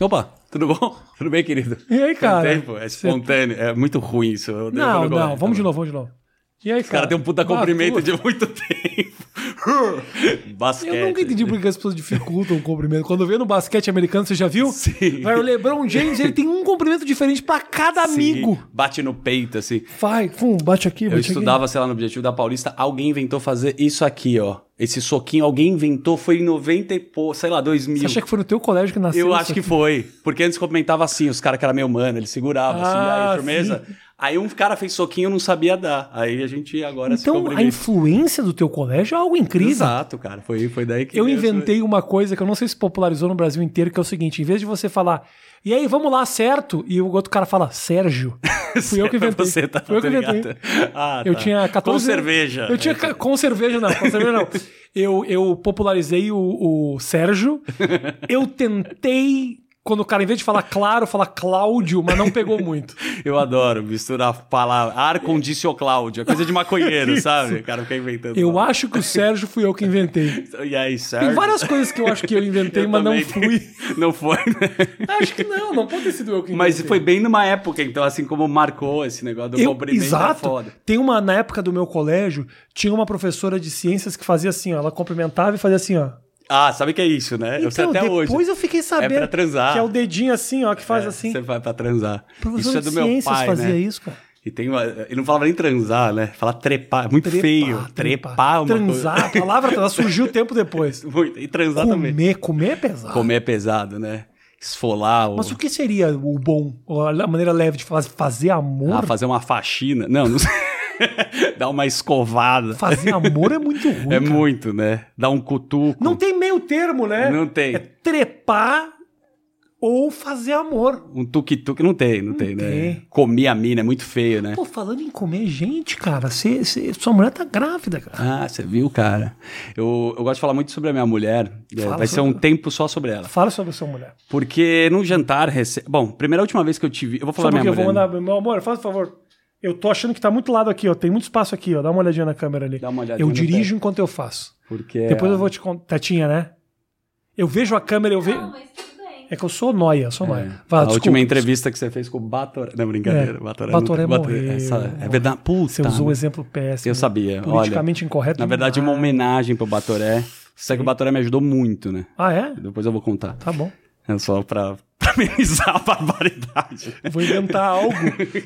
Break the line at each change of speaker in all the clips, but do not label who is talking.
Opa, tudo bom? Tudo bem, querido?
E aí, cara?
Tem tempo? É
Cê-
espontâneo. É muito ruim isso. Eu eu
Não,
gosto.
não, vamos de novo, vamos de novo. E aí,
tá Os
cara?
caras têm um puta
Batua-
comprimento de muito tempo. Basquete.
Eu nunca entendi por que as pessoas dificultam o comprimento. Quando vê no basquete americano, você já viu?
Sim.
Vai o LeBron James, ele tem um comprimento diferente pra cada
Sim,
amigo.
Bate no peito, assim.
Vai, fum, bate aqui, bate
Eu
aqui.
estudava, sei lá, no Objetivo da Paulista, alguém inventou fazer isso aqui, ó. Esse soquinho, alguém inventou, foi em 90 e pouco, sei lá, 2000.
Você acha que um foi no teu colégio que nasceu?
Eu
isso
acho que
aqui?
foi. Porque antes cumprimentava assim, os caras que era meio mano, eles seguravam assim,
Ah,
aí, firmeza. Aí um cara fez soquinho e não sabia dar. Aí a gente agora se
Então, a
cumprimenta.
influência do teu colégio é algo incrível.
Exato, cara. Foi, foi daí que.
Eu
veio essa-
inventei uma coisa que eu não sei se popularizou no Brasil inteiro, que é o seguinte: em vez de você falar, e aí, vamos lá, certo? E o outro cara fala, Sérgio. Fui eu que inventei.
Você tá,
Fui eu que
tá
inventei.
ligado? Ah,
Eu
tá.
tinha 14
Com cerveja.
Eu tinha, ca- com cerveja não, com cerveja não. Eu, eu popularizei o, o Sérgio. Eu tentei, quando o cara, em vez de falar claro, falar Cláudio, mas não pegou muito.
Eu adoro misturar palavras. Ar condicio Cláudio. É coisa de maconheiro, sabe? O cara fica inventando.
Eu acho que o Sérgio fui eu que inventei.
E aí, certo?
Tem várias coisas que eu acho que eu inventei, mas não fui.
Não foi, né?
Acho que não, não pode ter sido eu que inventei.
Mas foi bem numa época, então, assim como marcou esse negócio do
Eu,
comprimento é
exato.
foda.
Tem uma, na época do meu colégio, tinha uma professora de ciências que fazia assim, ó. Ela cumprimentava e fazia assim, ó.
Ah, sabe o que é isso, né? eu sei
Então,
até
depois
hoje.
eu fiquei sabendo.
É pra transar. É,
Que é o dedinho assim, ó, que faz assim.
Você vai pra transar.
Professor
Isso é
de
do meu
ciências
pai,
fazia
né?
isso, cara.
E tem uma... Ele não falava nem transar, né? Fala trepar. É muito
Trepar,
feio. Trepar, uma
Transar. A palavra transar surgiu tempo depois.
coisa... Muito. E transar também.
comer, comer é pesado.
Comer é pesado, né? Esfolar ou...
Mas o que seria o bom? Ou A maneira leve de falar, fazer
Ah,
amor?
fazer uma faxina. Não, não sei. Dar uma escovada.
Fazer amor é muito ruim.
É
cara.
muito, né? Dar um cutuco.
Não tem meio termo, né?
Não tem.
É trepar ou fazer amor.
Um tuk-tuk. Não tem, não, tem, né?
tem.
Comer a mina é muito feio, né?
Pô, falando em comer gente, cara, cê, cê- sua mulher tá grávida, cara.
Ah, você viu, cara? Eu, eu gosto de falar muito sobre a minha mulher. É,
Fala
Vai ser um
sobre-
tempo só sobre ela.
Fala sobre a sua mulher.
Porque num jantar recente. Bom, primeira última vez que eu tive. Eu vou
Só
falar minha
porque eu vou
mulher.
mandar. Meu amor, faz um favor. Eu tô achando que tá muito lado aqui, ó. Tem muito espaço aqui, ó. Dá uma olhadinha na câmera ali.
Dá uma olhadinha
eu
no É.
dirijo enquanto eu faço.
Porque.
Depois eu vou te contar. Tinha, né? Eu vejo a câmera, eu vejo.
Não, mas tudo bem.
É que eu sou noia, sou
É,
noia.
a
Vai, desculpa.
última entrevista que você fez com o Batoré. Não, brincadeira.
É,
Batoré,
Batoré
não,
morreu.
essa- é verdade. Puta.
Você usou o
né?
exemplo péssimo.
Eu sabia, olha.
Politicamente incorreto.
Na verdade, uma
demais.
homenagem pro Batoré. Só que o Batoré me ajudou muito, né?
Ah, é?
Depois eu vou contar.
Tá bom.
É só pra pra amenizar a barbaridade.
Eu Vou inventar algo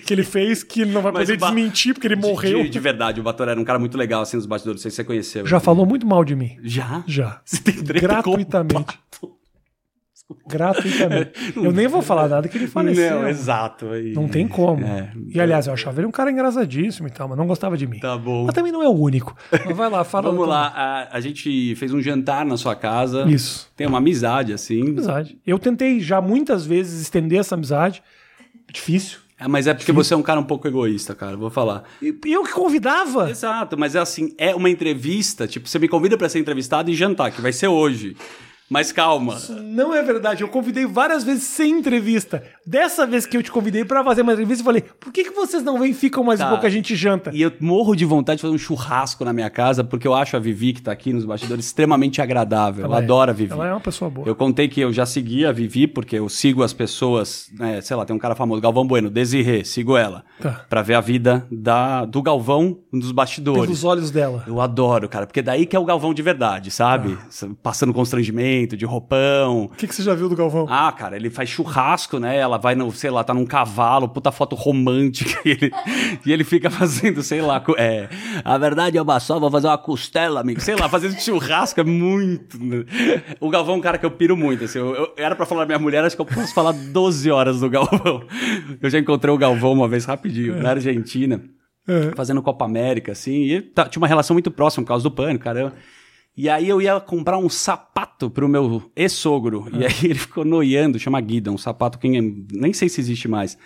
que ele fez que ele não vai
Mas
poder
o ba-
desmentir, porque ele
De-
morreu.
De, de verdade, o Batoré era um cara muito legal, assim, nos bastidores. Não sei se você conheceu.
Já falou muito mal de mim.
Já?
Já.
Você tem treta
Gratuitamente.
com o Bato?
Gratuitamente. Eu nem vou falar nada que ele faleceu.
Não, é exato. aí-
Não tem como.
É.
E aliás, eu achava ele um cara engraçadíssimo e tal, mas não gostava de mim.
Tá bom.
Mas também não é o único. Mas vai lá, fala.
Vamos
do-
lá, a, a gente fez um jantar na sua casa.
Isso.
Tem uma amizade, assim.
Amizade. Eu tentei já muitas vezes estender essa amizade. Difícil.
É, mas é porque você é um cara um pouco egoísta, cara, vou falar.
E e eu que convidava.
Exato, mas é assim, é uma entrevista, tipo, você me convida pra ser entrevistado e jantar, que vai ser hoje. Mas calma.
Não é verdade, eu convidei várias vezes sem entrevista. Dessa vez que eu te convidei pra fazer uma entrevista, eu falei: por que, que vocês não vêm e ficam mais
Tá.
um pouco a gente janta?
E eu morro de vontade de fazer um churrasco na minha casa, porque eu acho a Vivi, que tá aqui nos bastidores, extremamente agradável. eu
Ela é-
adoro a Vivi.
Ela é uma pessoa boa.
Eu contei que eu já segui a Vivi, porque eu sigo as pessoas, né, sei lá, tem um cara famoso, Galvão Bueno, Desirê, sigo ela.
Tá.
Pra ver a vida da, do Galvão nos bastidores.
Pelos olhos dela.
Eu adoro, cara, porque daí que é o Galvão de verdade, sabe? Passando constrangimento, de roupão.
O que, que você já viu do Galvão?
Ah, cara, ele faz churrasco, né? Ela vai, no, sei lá, tá num cavalo, puta foto romântica. E ele, e ele fica fazendo, sei lá, co- é. A verdade é uma só, vou fazer uma costela, amigo. Sei lá, fazendo churrasco é muito. né? O Galvão é um cara que eu piro muito. Assim, eu, eu- era pra falar da minha mulher, acho que eu posso falar 12 horas do Galvão. Eu já encontrei o Galvão uma vez rapidinho, na Argentina
É.
fazendo Copa América, assim, e tá- tinha uma relação muito próxima por causa do pânico, caramba. E aí eu ia comprar um sapato pro meu ex-sogro,
É.
e aí ele ficou noiando, chama Guida, um sapato que nem- nem sei se existe mais.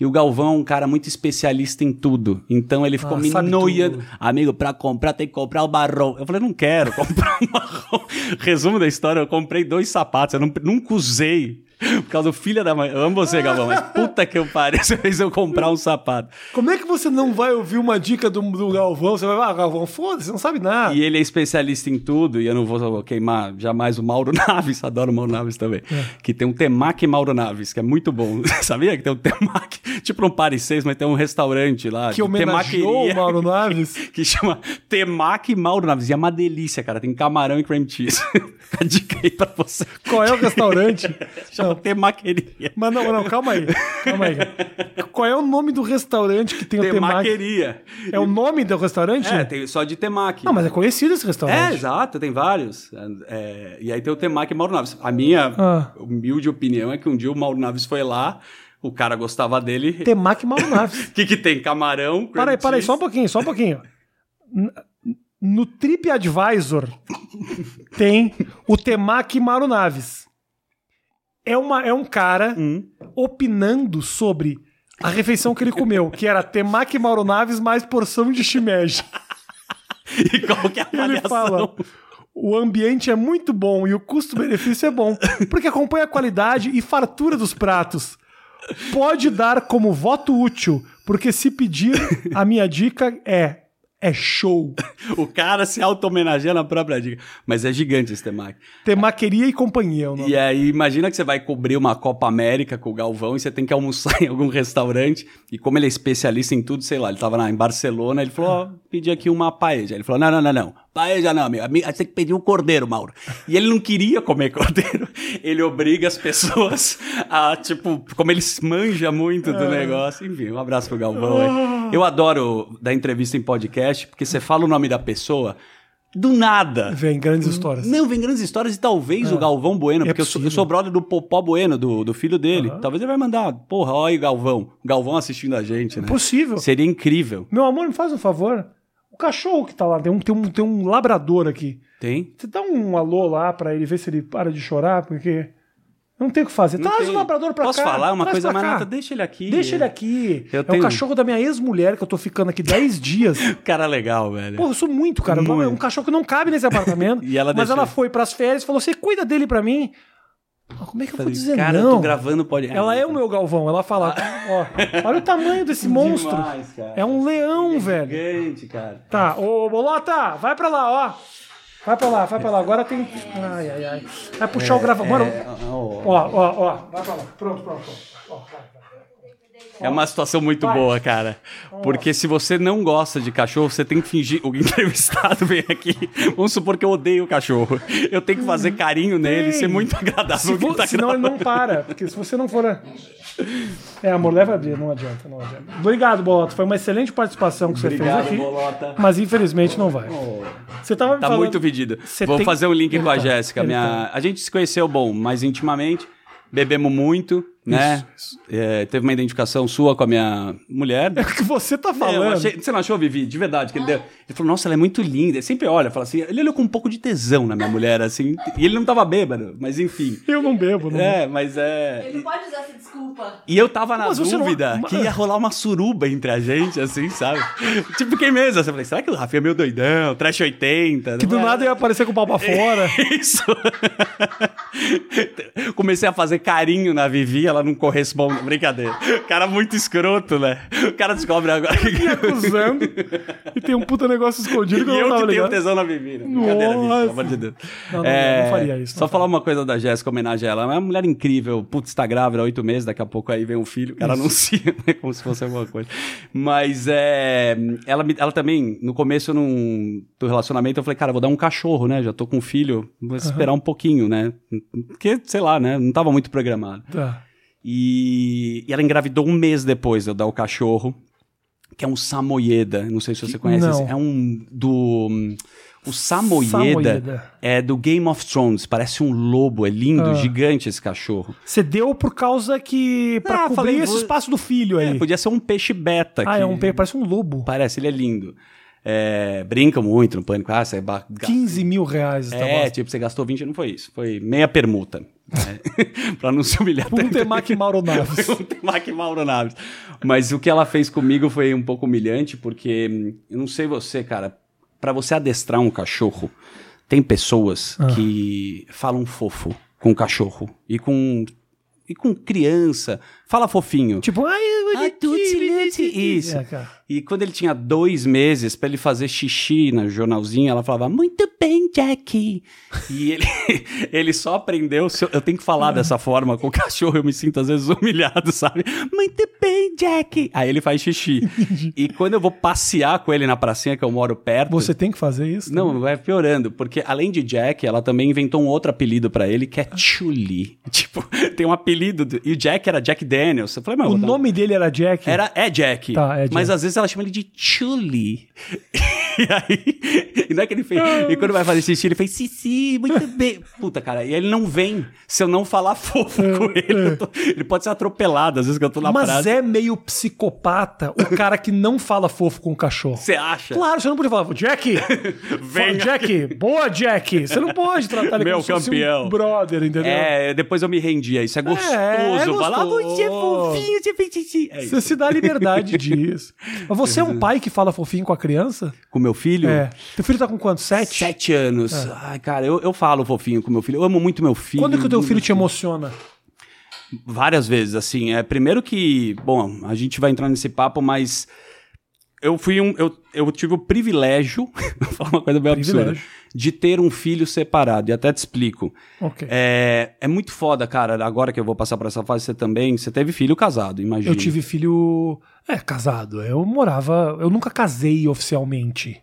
E o Galvão é um cara muito especialista em tudo. Então ele ficou
Ah,
me
sabe
noiando.
tudo.
Amigo, pra comprar tem que comprar o marrom. Eu falei, não um quero comprar o marrom. Resumo da história, eu comprei dois sapatos, eu não- nunca usei. Por causa do filho da mãe. Eu amo você, Galvão, mas puta que eu pariu. Você fez eu comprar um sapato.
Como é que você não vai ouvir uma dica do, do Galvão? Você vai, ah, Galvão, foda-se, não sabe nada.
E ele é especialista em tudo, e eu não vou queimar jamais o Mauro Naves, adoro o Mauro Naves também.
É.
Que tem um temaki Mauro Naves, que é muito bom. Sabia que tem um temaki? Tipo um parecer, mas tem um restaurante lá.
que homenageou o
temaqueria,
Mauro Naves.
Que chama Temaki Mauro Naves. E é uma delícia, cara. Tem camarão e cream cheese. A dica aí pra você.
Qual é o restaurante?
Chama Temaqueria.
Mas não, não, calma aí. Calma aí. Qual é o nome do restaurante que tem é o temaki?
Temaqueria.
É o nome do restaurante?
É, tem só de temaki.
Não, mas é conhecido esse
É,
restaurante.
exato, tem vários. É, e aí tem o Temaki Mauro Naves. A minha
Ah.
humilde opinião é que um dia o Mauro Naves foi lá, o cara gostava dele.
Temaki Mauro Naves.
O que, que tem? Camarão? cream
para aí, para aí,
cheese?
só um pouquinho, só um pouquinho. N- No TripAdvisor tem o Temaki Mauro Naves. É, uma, é um cara opinando sobre a refeição que ele comeu, que era Temaki Mauro Naves mais porção de shimeji.
E qual que é a
Ele
avaliação?
fala. O ambiente é muito bom e o custo-benefício é bom, porque acompanha a qualidade e fartura dos pratos. Pode dar como voto útil, porque se pedir, a minha dica é é show.
O cara se auto-homenageia na própria dica. Mas é gigante esse Temaki.
Temaqueria e companhia, é o nome.
E aí, imagina que você vai cobrir uma Copa América com o Galvão e você tem que almoçar em algum restaurante. E como ele é especialista em tudo, sei lá, ele tava na- em Barcelona, ele falou, ó, pedi aqui uma paella. Ele falou, não, não, não, não. Paella não, amigo. Amigo, Você tem que pedir um cordeiro, Mauro. E ele não queria comer cordeiro. Ele obriga as pessoas a, tipo, como ele se manja muito
Ah.
do negócio. Enfim, um abraço pro Galvão. aí. Eu adoro dar entrevista em podcast, porque você fala o nome da pessoa do nada.
Vem grandes histórias.
Não, vem grandes histórias e talvez o Galvão Bueno,
É
porque eu sou, eu
possível.
sou brother do Popó Bueno, do, do filho dele. Talvez ele vai mandar, porra, olha o Galvão. O Galvão assistindo a gente, né?
Possível.
Seria incrível.
Meu amor, me faz um favor. O cachorro que tá lá, tem um, tem um, tem um labrador aqui.
Tem?
Você dá um alô lá pra ele ver se ele para de chorar, porque não tem o que fazer.
Não
Traz
tem.
o labrador pra
Posso
cá.
Posso falar uma
traz
coisa,
pra cá.
Manata? Deixa ele aqui.
Deixa ele aqui.
Eu
é
tenho-
o cachorro da minha ex-mulher que eu tô ficando aqui 10 dias.
Cara legal, velho.
Pô, eu sou muito, cara.
Muito.
É um cachorro que não cabe nesse apartamento.
E ela
mas
deixou.
ela foi pras férias e falou: você cuida dele pra mim? Ah, Como é que eu vou
Falei,
dizer
cara, eu
não?
tô gravando podcast.
Ela é o meu Galvão. Ela fala: ó, olha o tamanho desse monstro.
Demais, cara.
É um leão, velho.
Gigante, cara.
Tá, ô Bolota, vai pra lá, ó. Vai pra lá, vai pra lá. Agora tem. Ai, ai, ai. Vai puxar o
É,
gravador. Mano,
Ó, ó.
ó, ó, ó. Vai pra lá. Pronto, pronto, pronto. Ó, vai, vai.
É uma situação muito boa, cara. Porque se você não gosta de cachorro, você tem que fingir. O entrevistado vem aqui. Vamos supor que eu odeio o cachorro. Eu tenho que fazer carinho nele, ser muito
Uhum. Se
agradável.
vo-
quem tá
senão ele
gravando.
não para, porque se você não for. a- É, amor, leva a abrir, não adianta, não adianta. Obrigado, Bolota. Foi uma excelente participação que você
Obrigado,
fez aqui.
Bolota.
Mas infelizmente não vai. Você tava me
Tá
falando-
muito pedido.
Você
Vou
tem-
fazer um link
Ele
com a
tá,
Jéssica.
ele
Minha... A gente se conheceu, bom, mais intimamente. Bebemos muito, né? É, teve uma identificação sua com a minha mulher.
O que você tá
É, eu
falando?
achei- você não achou, Vivi? De verdade, que ele deu. Ele falou, nossa, ela é muito linda. Ele sempre olha, fala assim, ele olhou com um pouco de tesão na minha mulher, assim. E ele não tava bêbado, mas enfim.
Eu não bebo, não.
É, mas é.
Ele não pode usar essa desculpa.
E eu tava na
Mas você não-
dúvida
Mas-
que ia rolar uma suruba entre a gente, assim, sabe? tipo, fiquei mesmo. Eu falei, será que o Rafinha é meio doidão? Trash 80?
Que do nada ia aparecer com o pau pra fora.
Isso. Comecei a fazer carinho na Vivi, ela não corresponde. Brincadeira. O cara muito escroto, né? O cara descobre agora que.
me acusando. e tem um puta negócio escondido
E
que eu não
eu
tava
que tenho
ligado.
tesão na Vivi, né? Brincadeira, Vivi, pelo
Nossa.
amor de Deus.
Não, não, não faria isso,
Só
não faria.
falar uma coisa da Jéssica, homenagem a ela. Ela É uma mulher incrível. Putz, tá grávida há oito meses, daqui a pouco aí vem um filho, que ela anuncia, né? Como se fosse alguma coisa. Mas é, ela, me- ela também, no começo num- do relacionamento, eu falei, cara, vou dar um cachorro, né? Já tô com um filho, vou esperar um pouquinho, né? Porque, sei lá, né? Não tava muito programado.
Tá.
E, e ela engravidou um mês depois de eu dar o cachorro, que é um Samoyeda. Não sei se você conhece.
não.
esse. É um do. hum, O Samoyeda,
Samoyeda.
é do Game of Thrones. Parece um lobo. É lindo,
Ah.
gigante esse cachorro.
Você deu por causa que. pra
Ah,
cobrir
falei,
esse
vou-
espaço do filho aí.
Podia ser um peixe beta.
ah,
que
é um pe- parece um lobo.
Parece, ele é lindo. É, brinca muito no pânico. Ah, você é ba-
15 mil reais tá essa
É,
bosta.
tipo, você gastou 20, não foi isso. Foi meia permuta. né? pra não se humilhar
Um
tanto.
Temac Mauro Naves.
Foi um Temac Mauro Naves. Mas o que ela fez comigo foi um pouco humilhante, porque hum, eu não sei você, cara. Pra você adestrar um cachorro, tem pessoas que falam fofo com o cachorro e com e com criança. Fala fofinho.
Tipo, ai,
Ah, tuti, tuti. Isso.
É, cara.
E quando ele tinha dois meses pra ele fazer xixi no jornalzinho, ela falava, muito bem, Jack. E ele, ele só aprendeu. se eu- Eu tenho que falar dessa forma com o cachorro, eu me sinto às vezes humilhado, sabe? Muito bem, Jack. Aí ele faz xixi. E quando eu vou passear com ele na pracinha que eu moro perto.
Você tem que fazer isso?
Não, vai piorando, porque além de Jack, ela também inventou um outro apelido pra ele, que é Chuli. Tipo, tem um apelido. do- E o Jack era Jack Daniels. Eu falei, meu,
O
vou dar um-
nome dele era Jack.
era, é Jack.
Tá, é Jack.
Mas às vezes ela chama ele de Chuli. E aí. E não é que ele fez. E quando vai fazer xixi, ele fez Sissi, muito bem. Puta, cara. E ele não vem se eu não falar fofo com ele. eu tô- ele pode ser atropelado às vezes que eu tô na
É, Mas
praça.
é meio psicopata o cara que não fala fofo com o cachorro.
Você acha?
Claro, você não podia falar, Jack!
Venha.
fala, Jack! Boa, Jack! Você não pode tratar ele
Meu
como se fosse
campeão.
um brother, entendeu?
É, depois eu me rendi a isso. É gostoso. Falar, "Ah, você é fofinho, você fez xixi. É isso.
Você se dá a liberdade disso. Mas você é um pai que fala fofinho com a criança?
Com meu filho?
É. Teu filho tá com quanto? Sete?
Sete anos. Ai, cara, eu, eu falo fofinho com meu filho. Eu amo muito meu filho.
Quando que o teu filho te emociona?
Várias vezes, assim. É, primeiro que, bom, a gente vai entrar nesse papo, mas eu fui um. Eu, eu tive o privilégio, vou falar uma coisa bem absurda,
Privilégio.
de ter um filho separado. E até te explico.
Ok.
É, é muito foda, cara. Agora que eu vou passar por essa fase, você também. Você teve filho casado, imagina.
Eu tive filho. É, casado. Eu morava. Eu nunca casei oficialmente.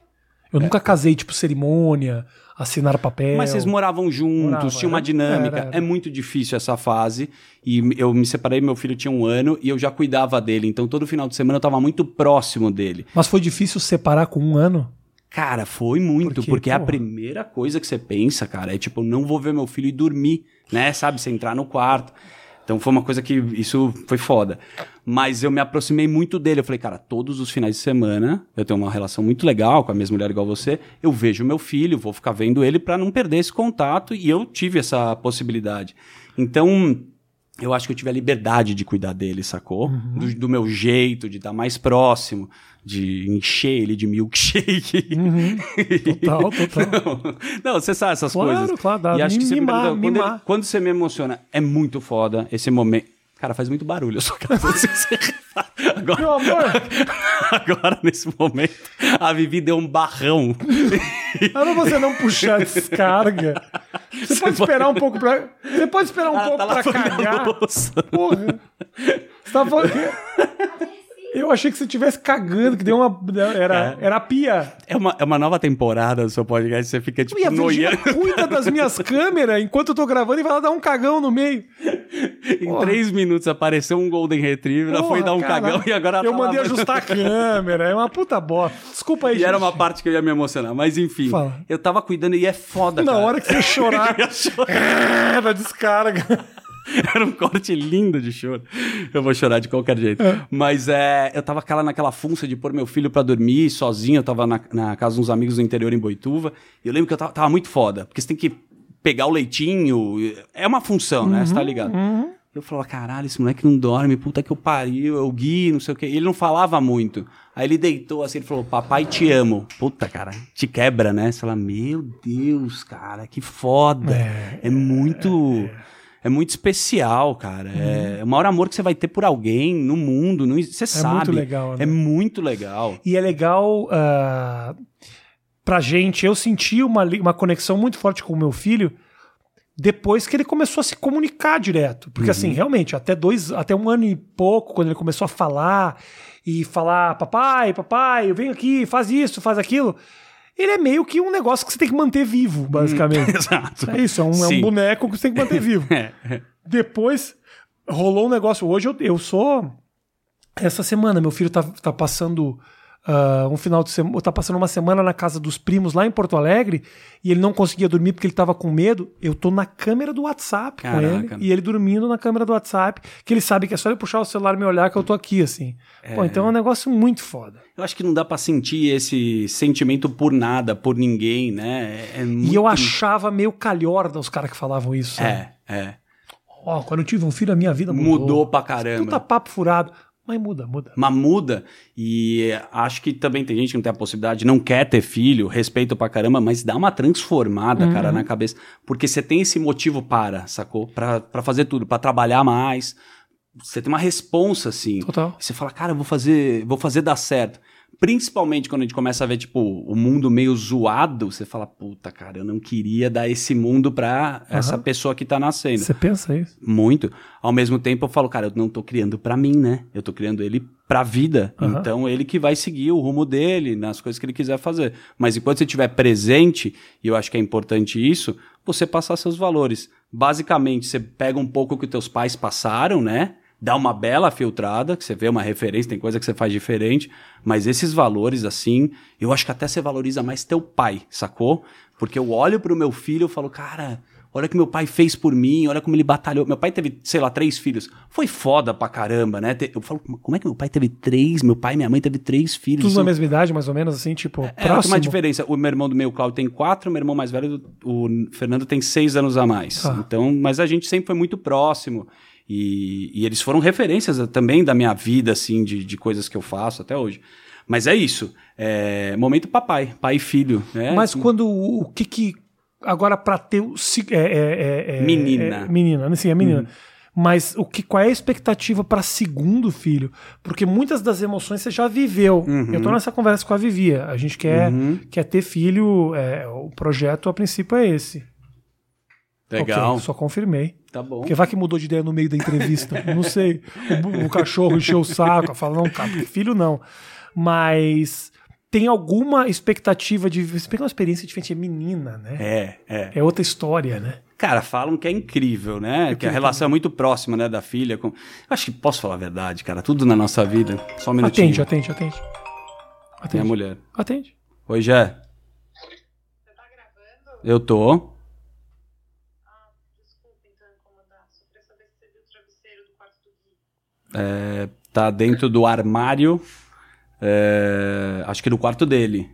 Eu nunca casei, tipo, cerimônia, assinar papel.
É. Mas vocês moravam juntos,
Morava,
tinha uma
era-
dinâmica.
era- era.
É muito difícil essa fase. E eu me separei, meu filho tinha um ano e eu já cuidava dele. Então todo final de semana eu tava muito próximo dele.
Mas foi difícil separar com um ano?
Cara, foi muito,
Porque,
porque é a
porra.
primeira coisa que você pensa, cara, é tipo, não vou ver meu filho e dormir, né? Sabe, você entrar no quarto. Então foi uma coisa que isso foi foda. Mas eu me aproximei muito dele. Eu falei, cara, todos os finais de semana, eu tenho uma relação muito legal com a mesma mulher igual você. Eu vejo meu filho, vou ficar vendo ele pra não perder esse contato. E eu tive essa possibilidade. Então, eu acho que eu tive a liberdade de cuidar dele, sacou? Do, do meu jeito, de estar mais próximo, de encher ele de milkshake.
Uhum. Total, total.
Não, você sabe essas
Claro,
coisas.
claro, dá.
E acho que você me
Mimar,
perguntou, quando,
mimar.
ele- quando você me emociona, é muito foda esse momento. Cara, faz muito barulho a sua casa. agora,
Meu amor,
agora, nesse momento, a Vivi deu um barrão.
para você não puxar a descarga. Você, pode esperar um pouco pra. Você pode esperar um
Ela
pouco
tá
pra
lavando
cagar.
a louça.
Porra. Você tava falando. Eu achei que você estivesse cagando, que deu uma. Era, era a pia.
É uma, é uma nova temporada do seu podcast, você fica tipo
E a é Virgínia
noiando.
cuida das minhas câmeras enquanto eu tô gravando e vai lá dar um cagão no meio.
Em três minutos apareceu um Golden Retriever, ela foi
Porra,
dar um
caralho.
cagão e agora ela
Eu
tá
mandei
lavando.
ajustar a câmera, é uma puta bosta. Desculpa aí,
E
gente.
era uma parte que eu ia me emocionar, mas enfim.
Fala.
Eu tava cuidando e é foda,
Na
cara.
hora que você chorar,
Eu ia chorar.
da descarga.
Era um corte lindo de choro. Eu vou chorar de qualquer jeito. Mas é, eu tava aquela, naquela funça de pôr meu filho pra dormir sozinho. Eu tava na, na casa de uns amigos no interior em Boituva. E eu lembro que eu tava, tava muito foda. Porque você tem que pegar o leitinho. e- É uma função, né? Você tá ligado?
É
Eu falava, caralho, esse moleque não dorme, puta que eu pariu, eu Gui, não sei o quê. E Ele não falava muito. Aí ele deitou assim, ele falou, papai, te amo. Puta, cara, te quebra, né? Você fala, meu Deus, cara, que foda. É, muito... É muito especial, cara.
Uhum.
É o maior amor que você vai ter por alguém no mundo. não ex- Você sabe.
É muito legal, né?
É muito legal.
E é legal ah, pra gente. Eu senti uma, li- uma conexão muito forte com o meu filho depois que ele começou a se comunicar direto. Porque, assim, realmente, até dois, até um ano e pouco, quando ele começou a falar e falar: papai, papai, eu venho aqui, faz isso, faz aquilo. Ele é meio que um negócio que você tem que manter vivo, basicamente.
Exato.
É isso, é um, é um
Uhum. Sim.
boneco que você tem que manter vivo.
É.
Depois rolou um negócio. Hoje eu, eu sou. Essa semana, meu filho tá, tá passando ah, um final de semana. Tá passando uma semana na casa dos primos lá em Porto Alegre e ele não conseguia dormir porque ele tava com medo. Eu tô na câmera do WhatsApp com ele.
Caraca.
E ele dormindo na câmera do WhatsApp, que ele sabe que é só ele puxar o celular e me olhar que eu tô aqui, assim. Pô, então é um negócio muito foda.
Eu acho que não dá pra sentir esse sentimento por nada, por ninguém, né? É, é muito...
E eu achava meio calhorda os caras que falavam isso. sabe?
É, é.
Ó, quando eu tive um filho, a minha vida mudou.
Mudou pra caramba.
Puta papo furado. Mas muda, muda.
Mas muda. E acho que também tem gente que não tem a possibilidade, não quer ter filho, respeito pra caramba, mas dá uma transformada,
Uhum.
cara, na cabeça. Porque você tem esse motivo para, sacou? Pra, pra fazer tudo, pra trabalhar mais. Você tem uma responsa, assim.
Total.
Você fala, cara, eu vou fazer, vou fazer dar certo. Principalmente quando a gente começa a ver, tipo, o mundo meio zoado, você fala, puta, cara, eu não queria dar esse mundo pra essa
Aham.
pessoa que tá nascendo.
Você pensa isso?
Muito. Ao mesmo tempo, eu falo, cara, eu não tô criando pra mim, né? Eu tô criando ele pra vida.
Aham.
Então, ele que vai seguir o rumo dele, nas coisas que ele quiser fazer. Mas enquanto você estiver presente, e eu acho que é importante isso, você passar seus valores. Basicamente, você pega um pouco o que teus pais passaram, né? Dá uma bela filtrada, que você vê uma referência, tem coisa que você faz diferente, mas esses valores, assim, eu acho que até você valoriza mais teu pai, sacou? Porque eu olho pro meu filho e falo, cara, Olha o que meu pai fez por mim, olha como ele batalhou. Meu pai teve, sei lá, três filhos. Foi foda pra caramba, né? Te- Eu falo, como é que meu pai teve três? Meu pai e minha mãe teve três filhos.
Tudo na
Isso-
mesma idade, mais ou menos, assim, tipo,
é, ela tem
próximo.
uma diferença. O meu irmão do meio, Cláudio, tem quatro. Meu irmão mais velho, o Fernando, tem seis anos a mais.
Tá.
Então, mas a gente sempre foi muito próximo. E, e eles foram referências também da minha vida, assim, de, de coisas que eu faço até hoje. Mas é isso. É, momento papai, pai e filho. né?
Mas quando o o que que. Agora, pra ter o. si- É, é, é, é,
Menina. Uhum.
é, menina, né? Sim, é menina. Mas o que, qual é a expectativa pra segundo filho? Porque muitas das emoções você já viveu.
Uhum.
Eu tô nessa conversa com a Vivia. A gente quer,
Uhum.
quer ter filho. é, o projeto, a princípio, é esse.
Legal.
Ok, só confirmei.
Tá bom.
Porque vai que mudou de ideia no meio da entrevista. Não sei. O, bu- o cachorro encheu o saco. Fala, não, cara, filho não. Mas tem alguma expectativa de. Você pega uma experiência diferente, é menina, né?
É, é.
É, outra história, né?
Cara, falam que é incrível, né? Que a relação é muito próxima, né, da filha. Com... Eu acho que posso falar a verdade, cara. Tudo na nossa vida. Só um minutinho.
Atende, atende, atende.
Minha
Atende.
mulher.
Atende.
Oi, Jé. Você tá gravando? Eu tô. É, tá dentro do armário. é, acho que do quarto dele.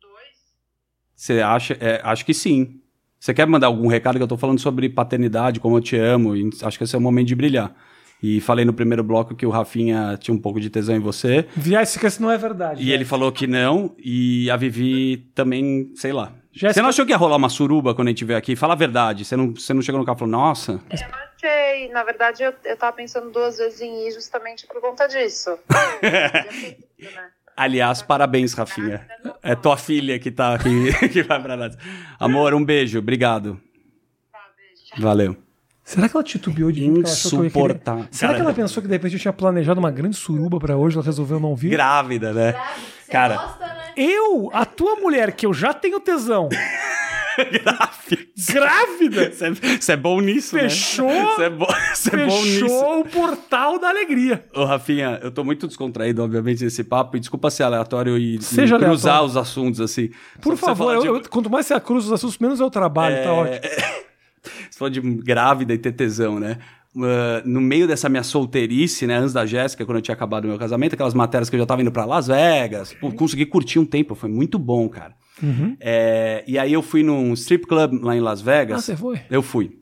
Dois? Você acha? é, acho que sim. Você quer mandar algum recado que eu tô falando sobre paternidade, como eu te amo? e acho que esse é o momento de brilhar. E falei no primeiro bloco que o Rafinha tinha um pouco de tesão em você.
Jéssica, isso não é verdade.
E ele falou que não, e a Vivi também, sei lá.
Jéssica-
Você não achou que ia rolar uma suruba quando a gente veio aqui? Fala a verdade. Você não, você não chegou no carro e falou, nossa,
Eu não achei. Na verdade, eu, eu tava pensando duas vezes em ir justamente por conta disso.
aliás, parabéns, Rafinha. É tua filha que tá aqui, que vai pra nós. Amor, um beijo, obrigado. Valeu.
Será que ela titubeou de mim? porque ela achou que eu ia querer-
Insuportável.
Será que
Cara,
ela pensou que de repente eu tinha planejado uma grande suruba pra hoje, ela resolveu não vir?
Grávida, né?
Sabe? Você
Cara.
gosta, né?
Eu, a tua mulher, que eu já tenho tesão,
Grávida.
grávida,
Você é- Você é bom nisso,
Fechou-
né? Você é bom, você é bom nisso.
fechou o portal da alegria.
Ô, Rafinha, eu tô muito descontraído, obviamente, nesse papo. E desculpa ser aleatório e,
Seja
e cruzar
aleatório.
os assuntos, assim.
Por
Só pra você
favor,
falar
eu-
de- É,
eu- quanto mais você cruza os assuntos, menos eu trabalho, tá ótimo.
Você falou de grávida e ter tesão, né? Ah, no meio dessa minha solteirice, né? Antes da Jéssica, quando eu tinha acabado o meu casamento, aquelas matérias que eu já tava indo pra Las Vegas. Pô, consegui curtir um tempo, foi muito bom, cara.
Uhum.
É, e aí eu fui num strip club lá em Las
Ah,
Vegas.
você foi?
Eu fui.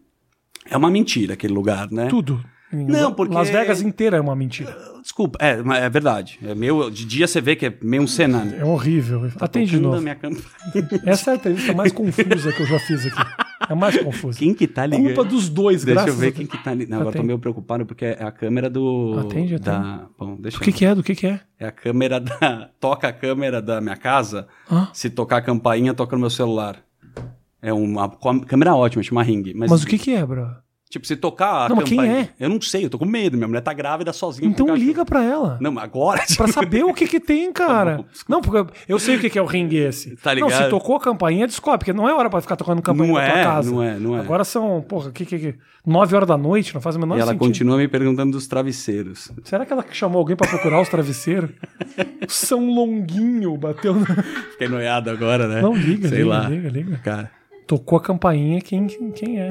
É uma mentira aquele lugar, né?
Tudo.
Não, porque-
Las Vegas inteira é uma mentira.
Desculpa, é, mas é verdade. É meu, de dia você vê que é meio um cenário.
É horrível. Atende de
Tocando na
novo.
um minha cama.
Essa é a entrevista mais confusa que eu já fiz aqui. É a mais confusa.
Quem que tá ligando?
Culpa dos dois,
Deixa eu
graças
ver
a
quem
Deus.
que tá ali. Não, agora tô
Atende.
meio preocupado porque é a câmera do.
Atende, atende.
Da... Bom, deixa
Do
eu
que, que é? Do que, que é?
É a câmera da. Toca a câmera da minha casa.
Hã?
Se tocar a campainha, toca no meu celular. É uma com- câmera ótima, chama Ring. Mas,
Mas o que, que é, bro?
tipo, se tocar a
Não, mas quem
campainha.
é?
Eu não sei, eu tô com medo. Minha mulher tá grávida sozinha. com
Então
o cachorro.
liga pra ela.
Não, mas agora.
Pra saber o que que tem,
Tá
cara.
bom, desculpa.
Não, porque eu sei o que que é o ringue esse.
Tá ligado?
Não, se tocou a campainha, descobre, porque não é hora pra ficar tocando campainha
Não
na tua
é,
casa.
não é, não é.
Agora são, porra, que que que... Nove horas da noite, não faz o
E
menor
ela
sentido.
continua me perguntando dos travesseiros.
Será que ela chamou alguém pra procurar os travesseiros? São Longuinho bateu na...
Fiquei noiado agora, né?
Não, liga,
Sei
liga,
lá.
liga, liga.
Cara,
Tocou a campainha, quem, quem, quem é?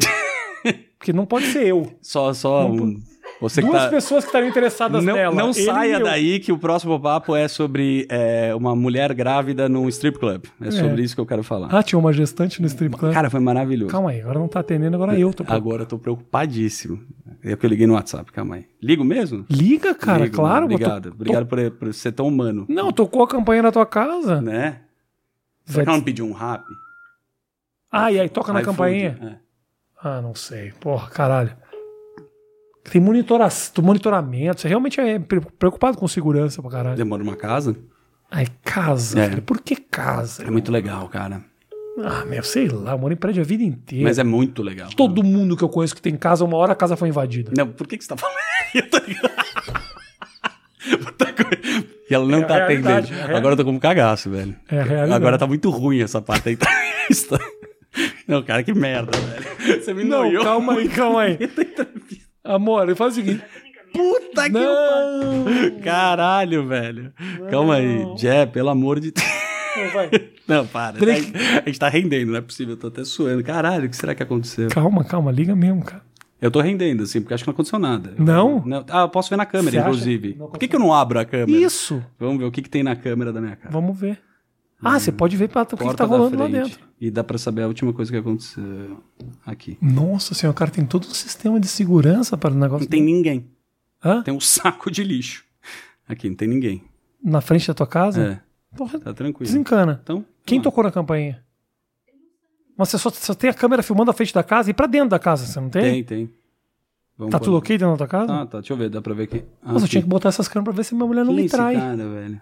Porque não pode ser eu.
só, só um. Você que
Duas
tá...
pessoas que estariam interessadas
Não,
nela.
não
ele
saia
e eu.
daí que o próximo papo é sobre é, uma mulher grávida num strip club. É sobre isso que eu quero falar.
Ah, tinha uma gestante no strip club.
Cara, foi maravilhoso.
Ah, Calma aí, agora não tá atendendo, agora eu tô...
Agora eu tô preocupadíssimo. É que eu liguei no WhatsApp, calma aí. Ligo mesmo?
Liga, cara,
Ligo,
claro.
mano.
mas tô-
Obrigado. Obrigado por, por ser tão humano.
tô- Não, tocou a campanha na tua casa.
Né? Será
Vai-
que ela não pediu um rap?
Ah, e aí toca na campainha? Ah, não sei. Porra, caralho. Tem monitora... monitoramento. Você realmente é pre- preocupado com segurança pra caralho.
É. Demora uma casa?
Ai, casa.
É.
Filho. Por que casa?
É muito legal, cara.
Ah, meu, sei lá. Eu moro em prédio a vida inteira.
Mas é muito legal.
Todo mundo que eu conheço que tem casa, uma hora a casa foi invadida.
Não, por que, que você tá falando? Eu tô ligado. Puta coisa. E ela não
É a
tá
realidade,
atendendo.
é a real-
Agora eu tô como cagaço, velho.
É a realidade.
Agora tá muito ruim essa parte da entrevista. tá- Não, cara, que merda, velho. Você me
Não,
noiou
calma aí, calma aí.
muito da entrevista.
Amor, faz o seguinte.
Puta que
Não.
pariu. Caralho, velho. Calma aí. Jé, pelo amor de Deus.
Não, vai.
Não, para.
Tre-
A gente- A gente tá rendendo, não é possível. Eu tô até suando. Caralho, o que será que aconteceu?
Calma, calma, liga mesmo, cara.
Eu tô rendendo, assim, porque acho que não aconteceu nada.
Não?
Ah, eu posso ver na câmera,
Você acha?
inclusive.
Não
Por que, que eu não abro a câmera?
Isso,
Vamos ver o que, que tem na câmera da minha cara.
vamos ver. Ah, você pode ver pra, o que, que tá
da
rolando lá
frente.
dentro.
E dá pra saber a última coisa que aconteceu aqui.
Nossa senhora, cara, tem todo um sistema de segurança para o negócio.
Não tem ninguém.
Hã?
Tem um saco de lixo. Aqui, não tem ninguém.
Na frente da tua casa?
É,
Porra,
tá tranquilo.
desencana.
Então,
Quem
vamos
tocou na campainha? Mas você só, só tem a câmera filmando a frente da casa e pra dentro da casa, você não
lá.
tem?
Tem, tem. Vamos
Tá
por-
tudo ok dentro da tua casa?
Tá, tá. Deixa eu ver, dá pra ver aqui. Ah,
Nossa, eu
aqui.
tinha que botar essas câmeras pra ver se minha mulher não
Quem é
me
esse
trai.
cara, velho?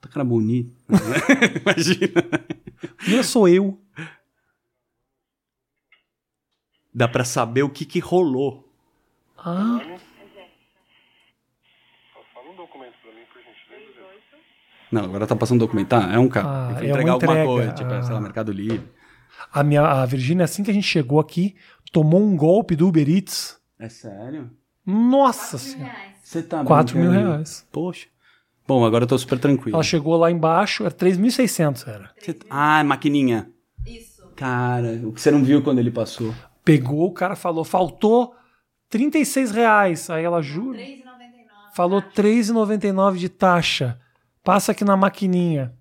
Tá cara bonito. Imagina. é
Primeiro sou eu.
Dá pra saber o que que rolou.
Ah,
Não, agora tá passando documentar. É um carro. Tem
Ah,
que
é uma
entregar alguma
entrega.
coisa, tipo,
Ah.
sei lá, Mercado Livre.
a minha a Virgínia, assim que a gente chegou aqui, tomou um golpe do Uber Eats.
É sério?
Nossa senhora.
Você tá
4 mil
brincando?
reais.
Poxa. Bom, agora eu tô super tranquilo.
Ela chegou lá embaixo, era 3.600, era.
Você- Ah, é maquininha.
Isso.
Cara, o que você não viu quando ele passou.
Pegou, o cara falou, faltou 36 reais. Aí ela jura,
3,99.
falou 3,99 de taxa. Passa aqui na maquininha.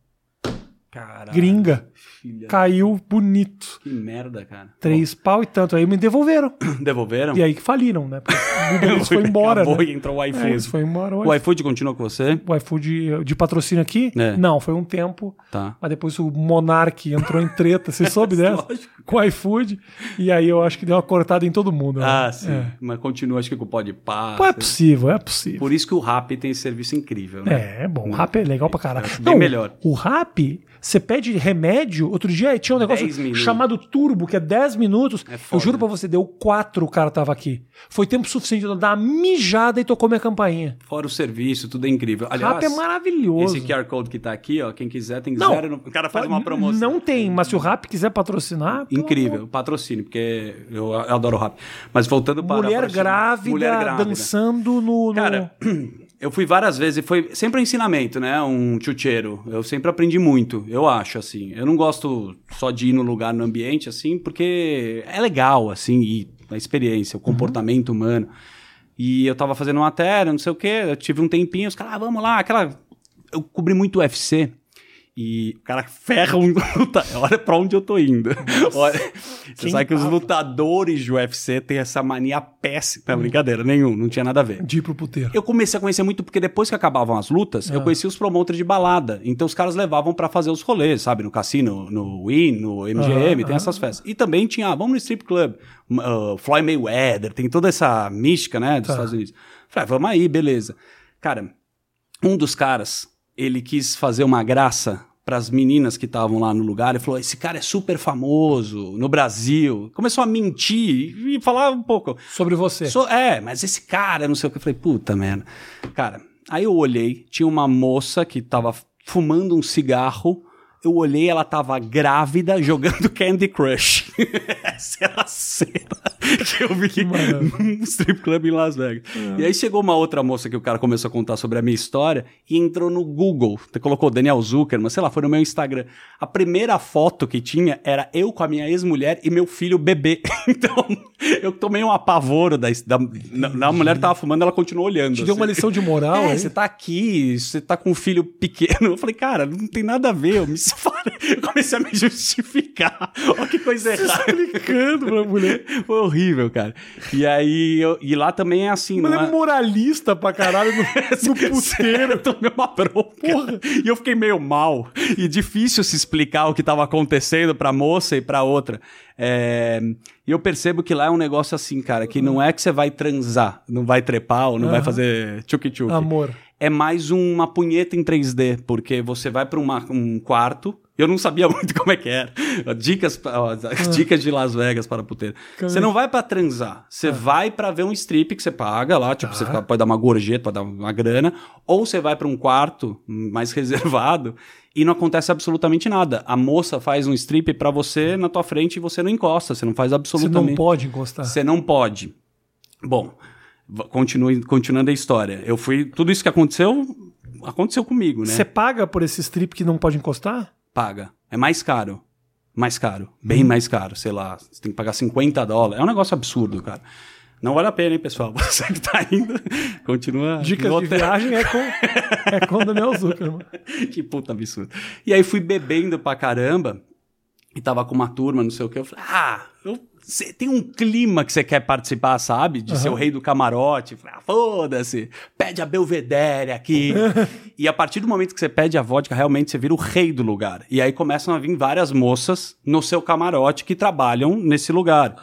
Cara.
Gringa.
Filha.
Caiu bonito.
Que merda, cara.
Três pau e tanto. Aí me devolveram.
Bom, devolveram?
E aí que faliram, né? Porque o Uber Eats foi embora,
Acabou
né?
e entrou o
É,
iFood.
eles foi embora.
o iFood continua com você?
o iFood de patrocínio aqui?
É.
Não, foi um tempo.
Tá.
Mas depois o Monark entrou em treta, você soube dessa?
Lógico.
Com o iFood. E aí eu acho que deu uma cortada em todo mundo. né?
Ah, sim.
É.
Mas continua, acho que com o Podpah.
Pô, é possível, é possível.
Por isso que o Rap tem esse serviço incrível, né?
É, é bom. O rap é legal pra caralho.
acho bem melhor.
O rap, você pede remédio. Outro dia tinha um
Dez
negócio
minutos.
chamado Turbo, que é 10 minutos.
É foda.
eu juro pra você, deu 4, o cara tava aqui. Foi tempo suficiente de eu dar uma mijada e tocou minha campainha.
Fora o serviço, tudo é incrível. Aliás,
rap é maravilhoso.
esse QR Code que tá aqui, ó, quem quiser tem
Não.
zero. no- O cara faz uma promoção.
Não tem, mas se o rap quiser patrocinar. pelo
Incrível, patrocínio, porque eu a- eu adoro rap. Mas voltando para.
Mulher
para-
grávida,
mulher grávida.
dançando no. no-
Cara, eu fui várias vezes e foi sempre um ensinamento, né? Um chucheiro. Eu sempre aprendi muito, eu acho, assim. Eu não gosto só de ir no lugar, no ambiente, assim, porque é legal, assim, e a experiência, o
Uhum.
comportamento humano. E eu tava fazendo uma matéria, não sei o quê, eu tive um tempinho, os caras, ah, vamos lá, aquela. Eu cobri muito UFC. E o cara ferra um lutador. Olha pra onde eu tô indo. Olha, você
Quem
sabe que os
tava?
lutadores do UFC têm essa mania péssima.
Uhum.
Não, brincadeira, nenhum, não tinha nada a ver.
de ir pro puteiro.
Eu comecei a conhecer muito porque depois que acabavam as lutas,
Ah.
eu conhecia os promoters de balada. Então os caras levavam pra fazer os rolês, sabe? No cassino, no Win, no MGM,
Aham,
tem essas festas. E também tinha, ah, vamos no strip club, m- ah, Floyd Mayweather, tem toda essa mística, né, dos
Tá.
Estados Unidos. Falei, ah, vamos aí, beleza. Cara, um dos caras, ele quis fazer uma graça pras meninas que estavam lá no lugar e falou: esse cara é super famoso no Brasil. Começou a mentir e falar um pouco.
Sobre você.
Sou- é, mas esse cara, não sei o que. Eu falei, puta merda. Cara, aí eu olhei, tinha uma moça que tava fumando um cigarro. Eu olhei, ela tava grávida jogando Candy Crush. Essa era a cena que eu vi que
Maravilha. É.
num strip club em Las Vegas. E aí chegou uma outra moça que o cara começou a contar sobre a minha história e entrou no Google. Colocou Daniel Zuckerman, sei lá, foi no meu Instagram. A primeira foto que tinha era eu com a minha ex-mulher e meu filho bebê. Então, eu tomei um apavoro da, da, na- na- a mulher tava fumando, ela continuou olhando.
Te deu
assim.
uma lição de moral,
É, tá
hein?
você tá aqui, você tá com um filho pequeno. Eu falei, cara, não tem nada a ver, eu me Isso fala- Eu comecei a me justificar. Olha que coisa errada.
tá Explicando pra mulher.
Foi horrível, cara. E aí, eu- e lá também é assim,
Mas
não
é
é?
moralista pra caralho no, no puteiro.
Eu tomei uma bronca.
Porra.
E eu fiquei meio mal. E difícil se explicar o que estava acontecendo pra moça e pra outra. É, E eu percebo que lá é um negócio assim, cara, que não é que você vai transar, não vai trepar ou não vai
Aham.
fazer tchuk-tchuk.
Amor.
É mais uma punheta em 3D, porque você vai pra uma- um quarto. Eu não sabia muito como é que era. Dicas, ó, dicas de Las Vegas para puteiro. Você não vai pra transar. Você vai pra ver um strip que você paga lá. Tipo,
Tá.
você fica- pode dar uma gorjeta, pode dar uma grana. Ou você vai pra um quarto mais reservado e não acontece absolutamente nada. A moça faz um strip pra você na tua frente e você não encosta. Você não faz
Você não
absolutamente...
pode encostar.
Você não pode. Bom, v- continue, continuando a história. Eu fui. Tudo isso que aconteceu, aconteceu comigo, né?
Você paga por esse strip que não pode encostar?
paga. É mais caro. Mais caro.
Hum.
Bem mais caro, sei lá. Você tem que pagar 50 dólares. É um negócio absurdo, cara. Não vale a pena, hein, pessoal? Você que tá indo, continua.
Dicas
no
de
Ah, hotel.
viagem é com, é com o Daniel Zuckerman.
que puta absurdo. E aí fui bebendo pra caramba e tava com uma turma, não sei o que. Eu falei, ah, eu- cê tem um clima que você quer participar, sabe? De ser o rei do camarote. Eu Falei, ah, foda-se, pede a Belvedere aqui. e a partir do momento que você pede a vodka, realmente você vira o rei do lugar. E aí começam a vir várias moças no seu camarote que trabalham nesse lugar.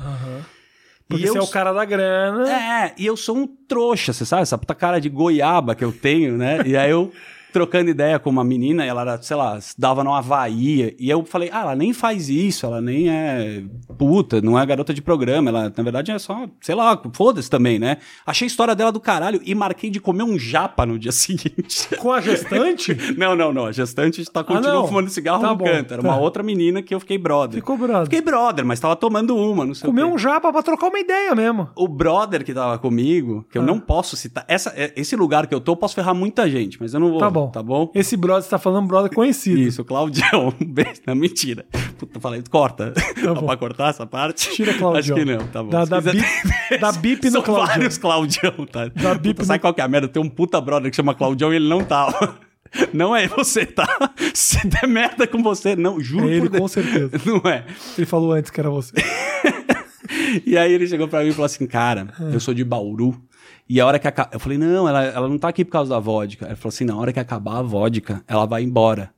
Porque
E eu
você é o cara da grana.
é, e eu sou um trouxa, você sabe? Essa puta cara de goiaba que eu tenho, né? E aí eu trocando ideia com uma menina, ela era, sei lá, dava no Havaí, e eu falei, ah, ela nem faz isso, ela nem é puta, não é garota de programa, ela, na verdade, é só, sei lá, foda-se também, né? Achei a história dela do caralho e marquei de comer um japa no dia seguinte.
Com a gestante?
Não, não, não, a gestante tá continuando
Ah, não.
fumando cigarro
Tá
no
bom,
canto, era
tá.
uma outra menina que eu fiquei brother.
Ficou brother.
Fiquei brother, mas tava tomando uma, não sei o quê.
Comeu um japa pra trocar uma ideia mesmo. Tá
O brother que tava comigo, que eu
Ah.
não posso citar. Essa, é- esse lugar que eu tô, eu posso ferrar muita gente, mas eu não vou.
Tá bom.
Tá bom?
Esse brother está falando um brother conhecido.
Isso, Claudião. Um beijo. Não, mentira. Puta, falei, corta. Dá
Tá bom.
pra cortar essa parte?
Tira Claudião.
Acho que não, tá bom.
Dá,
Se
dá,
quiser-
bip, dá bip no
São
Claudião.
vários Claudião, tá?
Dá bip
Puta, sabe
no-
qual que é a merda? Tem um puta brother que chama Claudião e ele não tá. Não é você, tá? Se der merda com você, não, juro
É ele,
por Deus.
com certeza.
Não é.
Ele falou antes que era você.
E aí ele chegou pra mim e falou assim, cara, eu sou de Bauru. E a hora que acaba... Eu falei, não, ela, ela não tá aqui por causa da vodka. Ele falou assim, na hora que acabar a vodka, ela vai embora.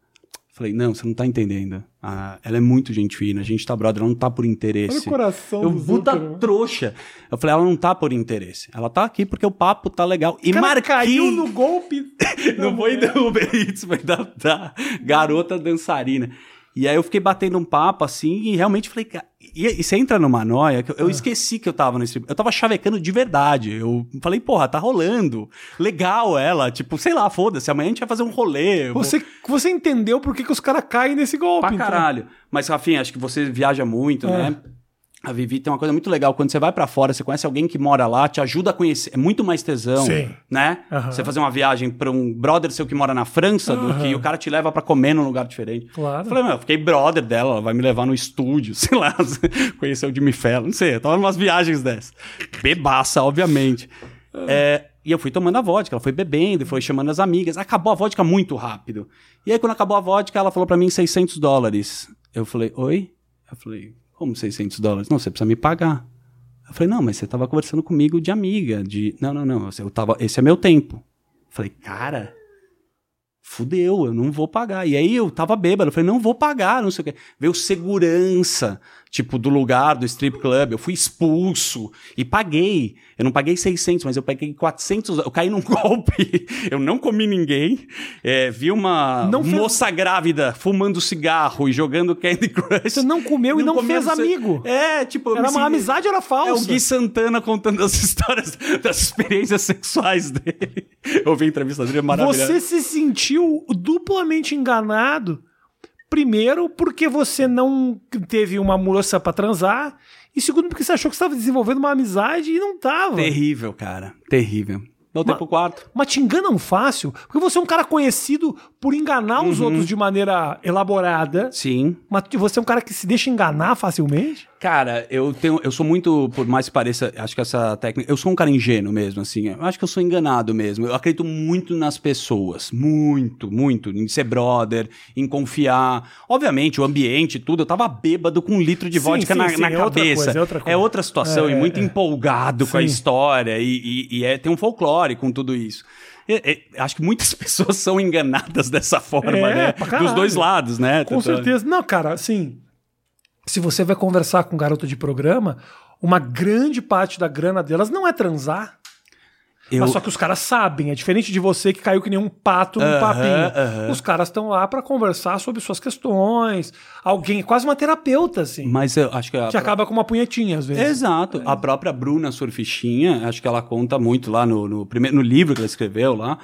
Eu falei, não, você não tá entendendo. Ah, ela é muito gente fina, a gente tá brother, ela não tá por interesse.
Olha o coração né?
Eu
do
puta
Zuckerman.
trouxa. Eu falei, ela não tá por interesse. Ela tá aqui porque o papo tá legal. E
O cara
marquei...
caiu no golpe.
Não
é.
foi do Uber Eats, foi da, da garota dançarina. E aí eu fiquei batendo um papo assim e realmente falei, "Ca- e, e você entra numa noia que eu, eu esqueci que eu tava nesse. Eu tava chavecando de verdade. Eu falei, porra, tá rolando. Legal ela. Tipo, sei lá, foda-se, amanhã a gente vai fazer um rolê. eu vou-
Você, você entendeu por que, que os caras caem nesse golpe.
Pra
então.
caralho. Mas, Rafinha, acho que você viaja muito,
É.
né? A Vivi tem uma coisa muito legal. Quando você vai pra fora, você conhece alguém que mora lá, te ajuda a conhecer. É muito mais tesão,
Sim.
né?
Aham.
Você fazer uma viagem pra um brother seu que mora na França do
Aham.
que o cara te leva pra comer num lugar diferente.
Claro.
Eu falei, meu, eu fiquei brother dela, ela vai me levar no estúdio, sei lá, conhecer o Jimmy Fallon, não sei, eu tava numas viagens dessas. Bebaça, obviamente. É, e eu fui tomando a vodka, ela foi bebendo, foi chamando as amigas, acabou a vodka muito rápido. E aí quando acabou a vodka, ela falou pra mim 600 dólares. Eu falei, oi? Eu falei, como 600 dólares? Não, você precisa me pagar. Eu falei, não, mas você tava conversando comigo de amiga, de... Não, não, não, eu tava... esse é meu tempo. Eu falei, cara fudeu, eu não vou pagar. E aí eu tava bêbado, eu falei, não vou pagar, não sei o quê. Veio segurança, tipo, do lugar, do strip club, eu fui expulso e paguei. Eu não paguei 600, mas eu paguei 400, eu caí num golpe, eu não comi ninguém, É, vi uma
Não fez-
moça grávida fumando cigarro e jogando Candy Crush.
Você não comeu e não
comendo,
fez
você-
amigo.
É, tipo... eu me
Era uma
senti-
amizade, era
é o
falsa.
Gui Santana contando as histórias das experiências sexuais dele. Eu vi a entrevista dele, é maravilhosa.
Você se sentiu duplamente enganado. Primeiro, porque você não teve uma moça pra transar. E segundo, porque você achou que você estava desenvolvendo uma amizade e não tava.
Terrível, cara. Terrível. Dá o tempo quarto.
Mas te enganam fácil, porque você é um cara conhecido por enganar
Uhum.
os outros de maneira elaborada.
Sim.
Mas tu- você é um cara que se deixa enganar facilmente?
Cara, eu tenho, eu sou muito, por mais que pareça, acho que essa técnica, eu sou um cara ingênuo mesmo, assim, eu acho que eu sou enganado mesmo, eu acredito muito nas pessoas, muito, muito, em ser brother, em confiar, obviamente o ambiente e tudo, eu tava bêbado com um litro de
Sim,
vodka
sim,
na,
sim,
na
é
cabeça,
outra coisa, é outra coisa.
situação,
É,
e
é,
muito
é.
empolgado com a
Sim.
história, e, e- e é, tem um folclore com tudo isso. E- e- acho que muitas pessoas são enganadas dessa forma,
É,
né?
pra caralho.
Dos dois lados, né?
Com certeza. Não, cara, assim, se você vai conversar com garota de programa, uma grande parte da grana delas não é transar.
Eu,
Mas só que os caras sabem, é diferente de você que caiu que nem um pato num
Aham,
papinho.
aham.
Os caras estão lá pra conversar sobre suas questões. Alguém, quase uma terapeuta, assim,
mas eu acho que a
que acaba com uma punhetinha, às vezes.
Exato. A própria Bruna Surfichinha, acho que ela conta muito lá no, no, primeiro, no livro que ela escreveu lá.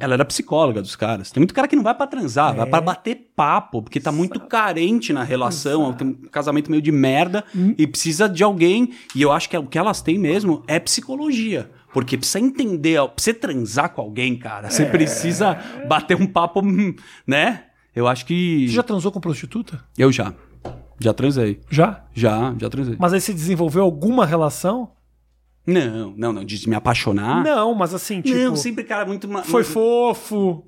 Ela era psicóloga dos caras. Tem muito cara que não vai pra transar, vai pra bater papo, porque tá muito carente na relação, tem um casamento meio de merda e precisa de alguém. E eu acho que é- o que elas têm mesmo é psicologia. Porque precisa entender, ó, pra você transar com alguém, cara, você precisa bater um papo, hum, né? Eu acho que.
Você já transou com prostituta?
Eu já. Já transei.
Já?
Já, já transei.
Mas aí você desenvolveu alguma relação?
Não, não, não. De me apaixonar.
Não, mas assim, tipo,
Ah. não, sempre, cara, muito. ma-
foi
muito-
fofo,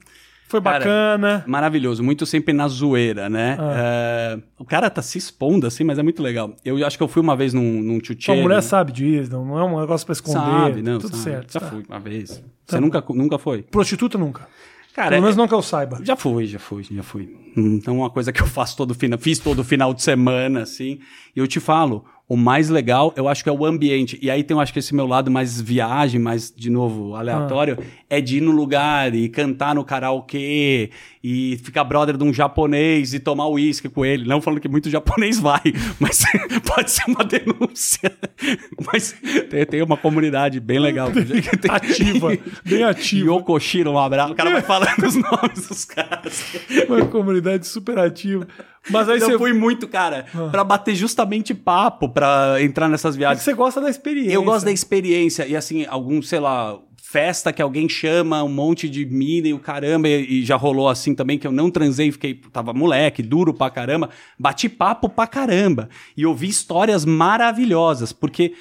foi
Cara,
bacana.
Maravilhoso, muito sempre na zoeira, né?
Ah.
É, o cara tá se expondo assim, mas é muito legal. Eu acho que eu fui uma vez num, num tchutchê.
Sua Tipo, mulher
né?
sabe disso, não- não é um negócio pra esconder.
Sabe, não,
tudo
sabe.
certo.
Já
tá.
fui uma vez.
bom.
Você nunca, nunca foi?
Prostituta nunca.
Cara, é
Pelo menos não que eu saiba.
Já fui, já fui, já fui. Então, uma coisa que eu faço todo final, fiz todo final de semana, assim. E eu te falo, o mais legal, eu acho que é o ambiente. E aí tem, eu acho que esse meu lado mais viagem, mais, de novo, aleatório, é de ir no lugar e cantar no karaokê e ficar brother de um japonês e tomar uísque com ele. Não falando que muito japonês vai, mas pode ser uma denúncia. Mas tem, tem uma comunidade bem legal.
Ativa, bem ativa.
Yokoshiro, um abraço. O cara vai falando os nomes dos caras.
Uma comunidade super ativa. Mas aí
Mas eu
você
fui muito, cara, pra bater justamente papo, pra entrar nessas
É que
viagens.
você gosta da experiência.
Eu gosto da experiência. E assim, algum, sei lá, festa que alguém chama, um monte de mina e o caramba, e, e já rolou assim também, que eu não transei, fiquei, tava moleque, duro pra caramba, bati papo pra caramba. E ouvi histórias maravilhosas, porque.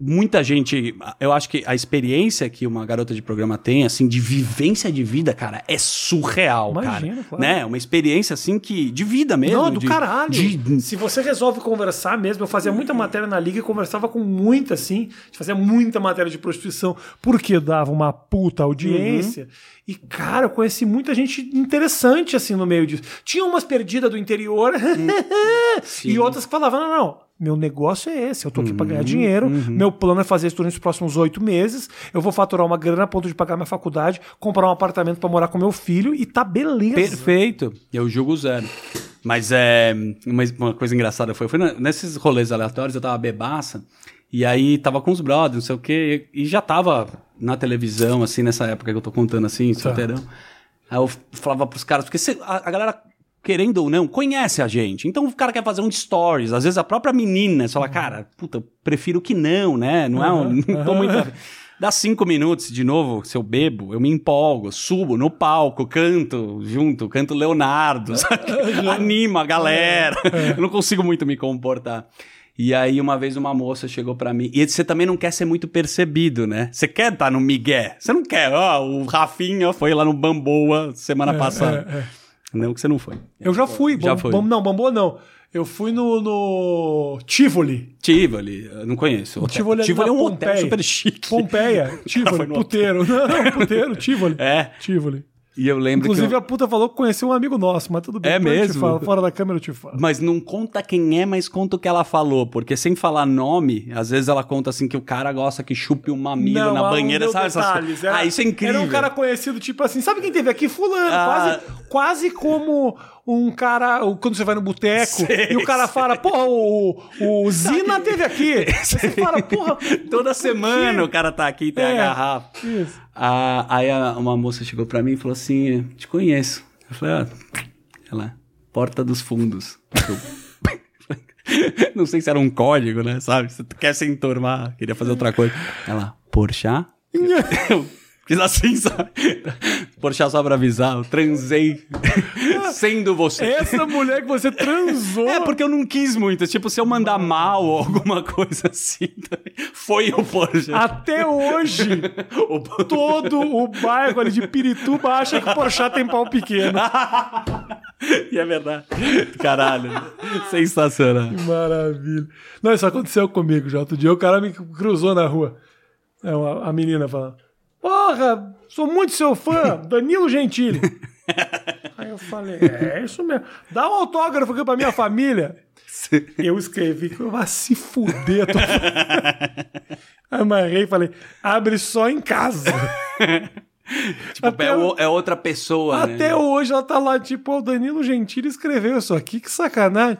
Muita gente, eu acho que a experiência que uma garota de programa tem, assim, de vivência de vida, cara, é surreal,
Imagino,
cara.
claro.
Né? Uma experiência, assim, que de vida mesmo.
Não, é do
de-
caralho.
de-
Se você resolve conversar mesmo, eu fazia muita matéria na liga e conversava com muita, assim. a gente Fazia muita matéria de prostituição, porque dava uma puta audiência.
Uhum.
E, cara, eu conheci muita gente interessante, assim, no meio disso. Tinha umas perdidas do interior e
Hum, Sim. Uhum,
outras que falavam, não, não. Meu negócio é esse, eu tô aqui pra ganhar dinheiro. Meu plano é fazer isso durante os próximos oito meses. Eu vou faturar uma grana a ponto de pagar minha faculdade, comprar um apartamento pra morar com meu filho e tá beleza.
Perfeito. Eu julgo zero. Mas é. Uma, uma coisa engraçada foi. Eu fui na- nesses rolês aleatórios, eu tava bebaça. E aí tava com os brothers, não sei o quê. E já tava na televisão, assim, nessa época que eu tô contando, assim, solteirão. Aí eu falava pros caras, porque cê- a, a galera, querendo ou não, conhece a gente. Então o cara quer fazer um stories. Às vezes a própria menina você fala, cara, puta, eu prefiro que não, né? Não é um. Não tô muito. Dá cinco minutos de novo, se eu bebo, eu me empolgo, subo no palco, canto junto, canto Leonardo,
É.
sabe? anima a galera. Eu não consigo muito me comportar. E aí, uma vez, uma moça chegou pra mim. E você também não quer ser muito percebido, né? Você quer estar no migué. Você não quer. Ó, o Rafinha foi lá no Bamboa semana passada.
é, é.
Não, que você não foi.
Eu já fui.
Já
Bom-
foi.
bom- não, Bambu não. Eu fui no, no Tivoli.
Tivoli, eu não conheço. Hotel.
Tivoli é
Tivoli é um
na
hotel
Pompeia.
super chique.
Pompeia,
foi
Tivoli,
no
puteiro. Não, puteiro, Tivoli.
É,
Tivoli.
e eu lembro que.
Inclusive,
eu-
a puta falou que conheceu um amigo nosso, mas tudo bem.
É
depois eu te
mesmo?
falo. fora da câmera eu te falo.
Mas não conta quem é, mas conta o que ela falou. Porque sem falar nome, às vezes ela conta assim que o cara gosta que chupe um mamilo
Não,
na
ela não
banheira,
deu
sabe? essas coisas?
detalhes, era-
Ah, isso é incrível.
Era um cara conhecido, tipo assim, sabe quem teve aqui? Fulano,
Ah.
quase, quase como um cara, o- quando você vai no boteco e o cara fala, porra, o, o Zina teve aqui. Aí Você fala, porra,
Toda semana o cara tá aqui e tem a
É.
garrafa.
Isso.
Ah, aí a- uma moça chegou pra mim e falou assim: Te conheço. Eu falei: ah, ela, Porta dos Fundos. Eu- Não sei se era um código, né? Sabe? Você quer se enturmar, queria fazer outra coisa. Ela, Porchat? Eu, Fiz assim, sabe? Porchat, só pra avisar, eu transei sendo você.
Essa mulher que você transou.
É, porque eu não quis muito. Tipo, se eu mandar mal ou alguma coisa assim, foi o Porchat.
Até hoje,
O Por-
todo o bairro ali de Pirituba acha que o Porchat tem pau pequeno.
e é verdade. Caralho. Sensacional.
Que Maravilha. Não, isso aconteceu comigo já. Outro dia o cara me cruzou na rua. É, uma- a menina falando: Porra, sou muito seu fã, Danilo Gentili. Aí eu falei: É isso mesmo. Dá um autógrafo aqui pra minha família. Eu escrevi: Vai se fuder. Tô... Amarrei e falei: Abre só em casa.
Tipo,
Até
é, o- é outra pessoa, né?
Até hoje ela tá lá, tipo, "Ó, o Danilo Gentili escreveu isso aqui, que sacanagem.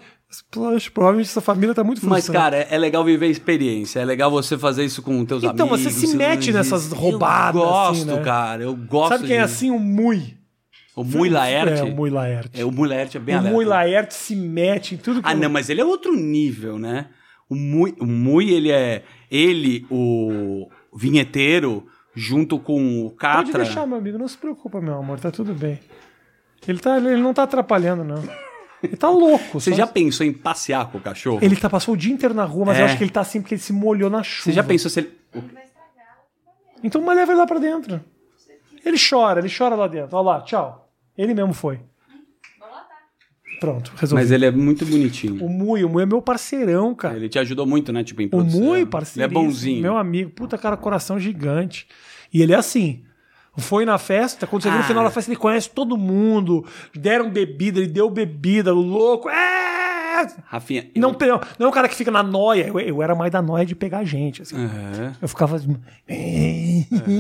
Mas, Provavelmente essa família tá muito
Mas,
frustrada.
cara, é, é legal viver a experiência. É legal você fazer isso com teus
Então,
amigos.
você se mete nessas roubadas,
Eu gosto,
assim, né?
cara. Eu gosto
Sabe quem é
disso.
assim? O Mui.
O Mui Laerte.
É, o Mui Laerte.
É, o Mui Laerte é bem
o
alerta.
Mui Laerte se mete em tudo que...
Ah, não, mas ele é outro nível, né? O Mui, o Mui ele é... Ele, o vinheteiro, junto com o Catra...
Pode deixar, meu amigo. Não se preocupa, meu amor. Tá tudo bem. Ele, tá, ele não tá atrapalhando, não. Ele tá louco.
Você
só-
já pensou em passear com o cachorro?
Ele tá, passou o dia inteiro na rua, mas
É.
eu acho que ele tá assim porque ele se molhou na chuva.
Você já pensou se ele...
Então mas leva ele lá pra dentro. Ele chora, ele chora lá dentro. Olha lá, tchau. Ele mesmo foi. Pronto, resolvi.
Mas ele é muito bonitinho.
O Mui, o Mui é meu parceirão, cara.
Ele te ajudou muito, né? Tipo, em
O
produção.
Mui, parceiro.
Ele é bonzinho.
Meu amigo. Puta, cara, coração gigante. E ele é assim. Foi na festa, quando você viu no
Ah.
final da festa, ele conhece todo mundo. Deram bebida, ele deu bebida, o louco. É!
Rafinha... eu-
Não, não, não é o cara que fica na noia. Eu, eu era mais da noia de pegar gente. assim.
Aham.
Eu ficava. assim,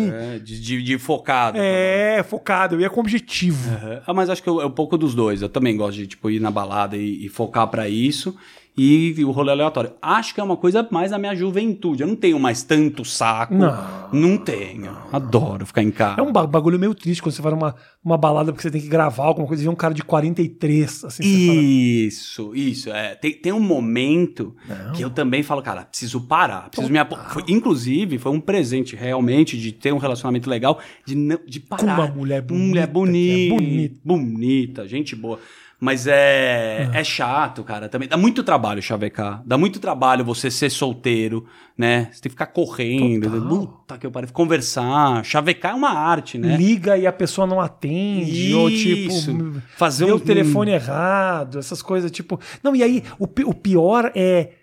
É, de, de, de focado.
É, focado, eu ia com objetivo.
Aham. Ah, mas acho que eu- é um pouco dos dois. Eu também gosto de tipo, ir na balada e, e focar pra isso. E, o rolê aleatório. Acho que é uma coisa mais da minha juventude. Eu não tenho mais tanto saco.
Não.
Não tenho. Adoro ficar em casa.
É um ba- bagulho meio triste quando você vai numa uma balada porque você tem que gravar alguma coisa e vê um cara de 43, assim, você fala,
Isso, isso. É. Tem, tem um momento
Não.
que eu também falo, cara, preciso parar, preciso me apo... foi- Inclusive, foi um presente realmente de ter um relacionamento legal, de, não, de parar.
uma mulher bonita
Mulher
que é
bonita,
bonita. Ah.
bonita. gente boa. Mas é, é chato, cara, também. Dá muito trabalho chavecar. Dá muito trabalho você ser solteiro, né? Você tem que ficar correndo.
Total.
Puta que eu parei. Conversar. Chavecar é uma arte, né?
liga e a pessoa não atende, ou
Isso.
tipo,
Fazer
deu
um-
o telefone errado, essas coisas, tipo. Não, e aí o, pi- o pior é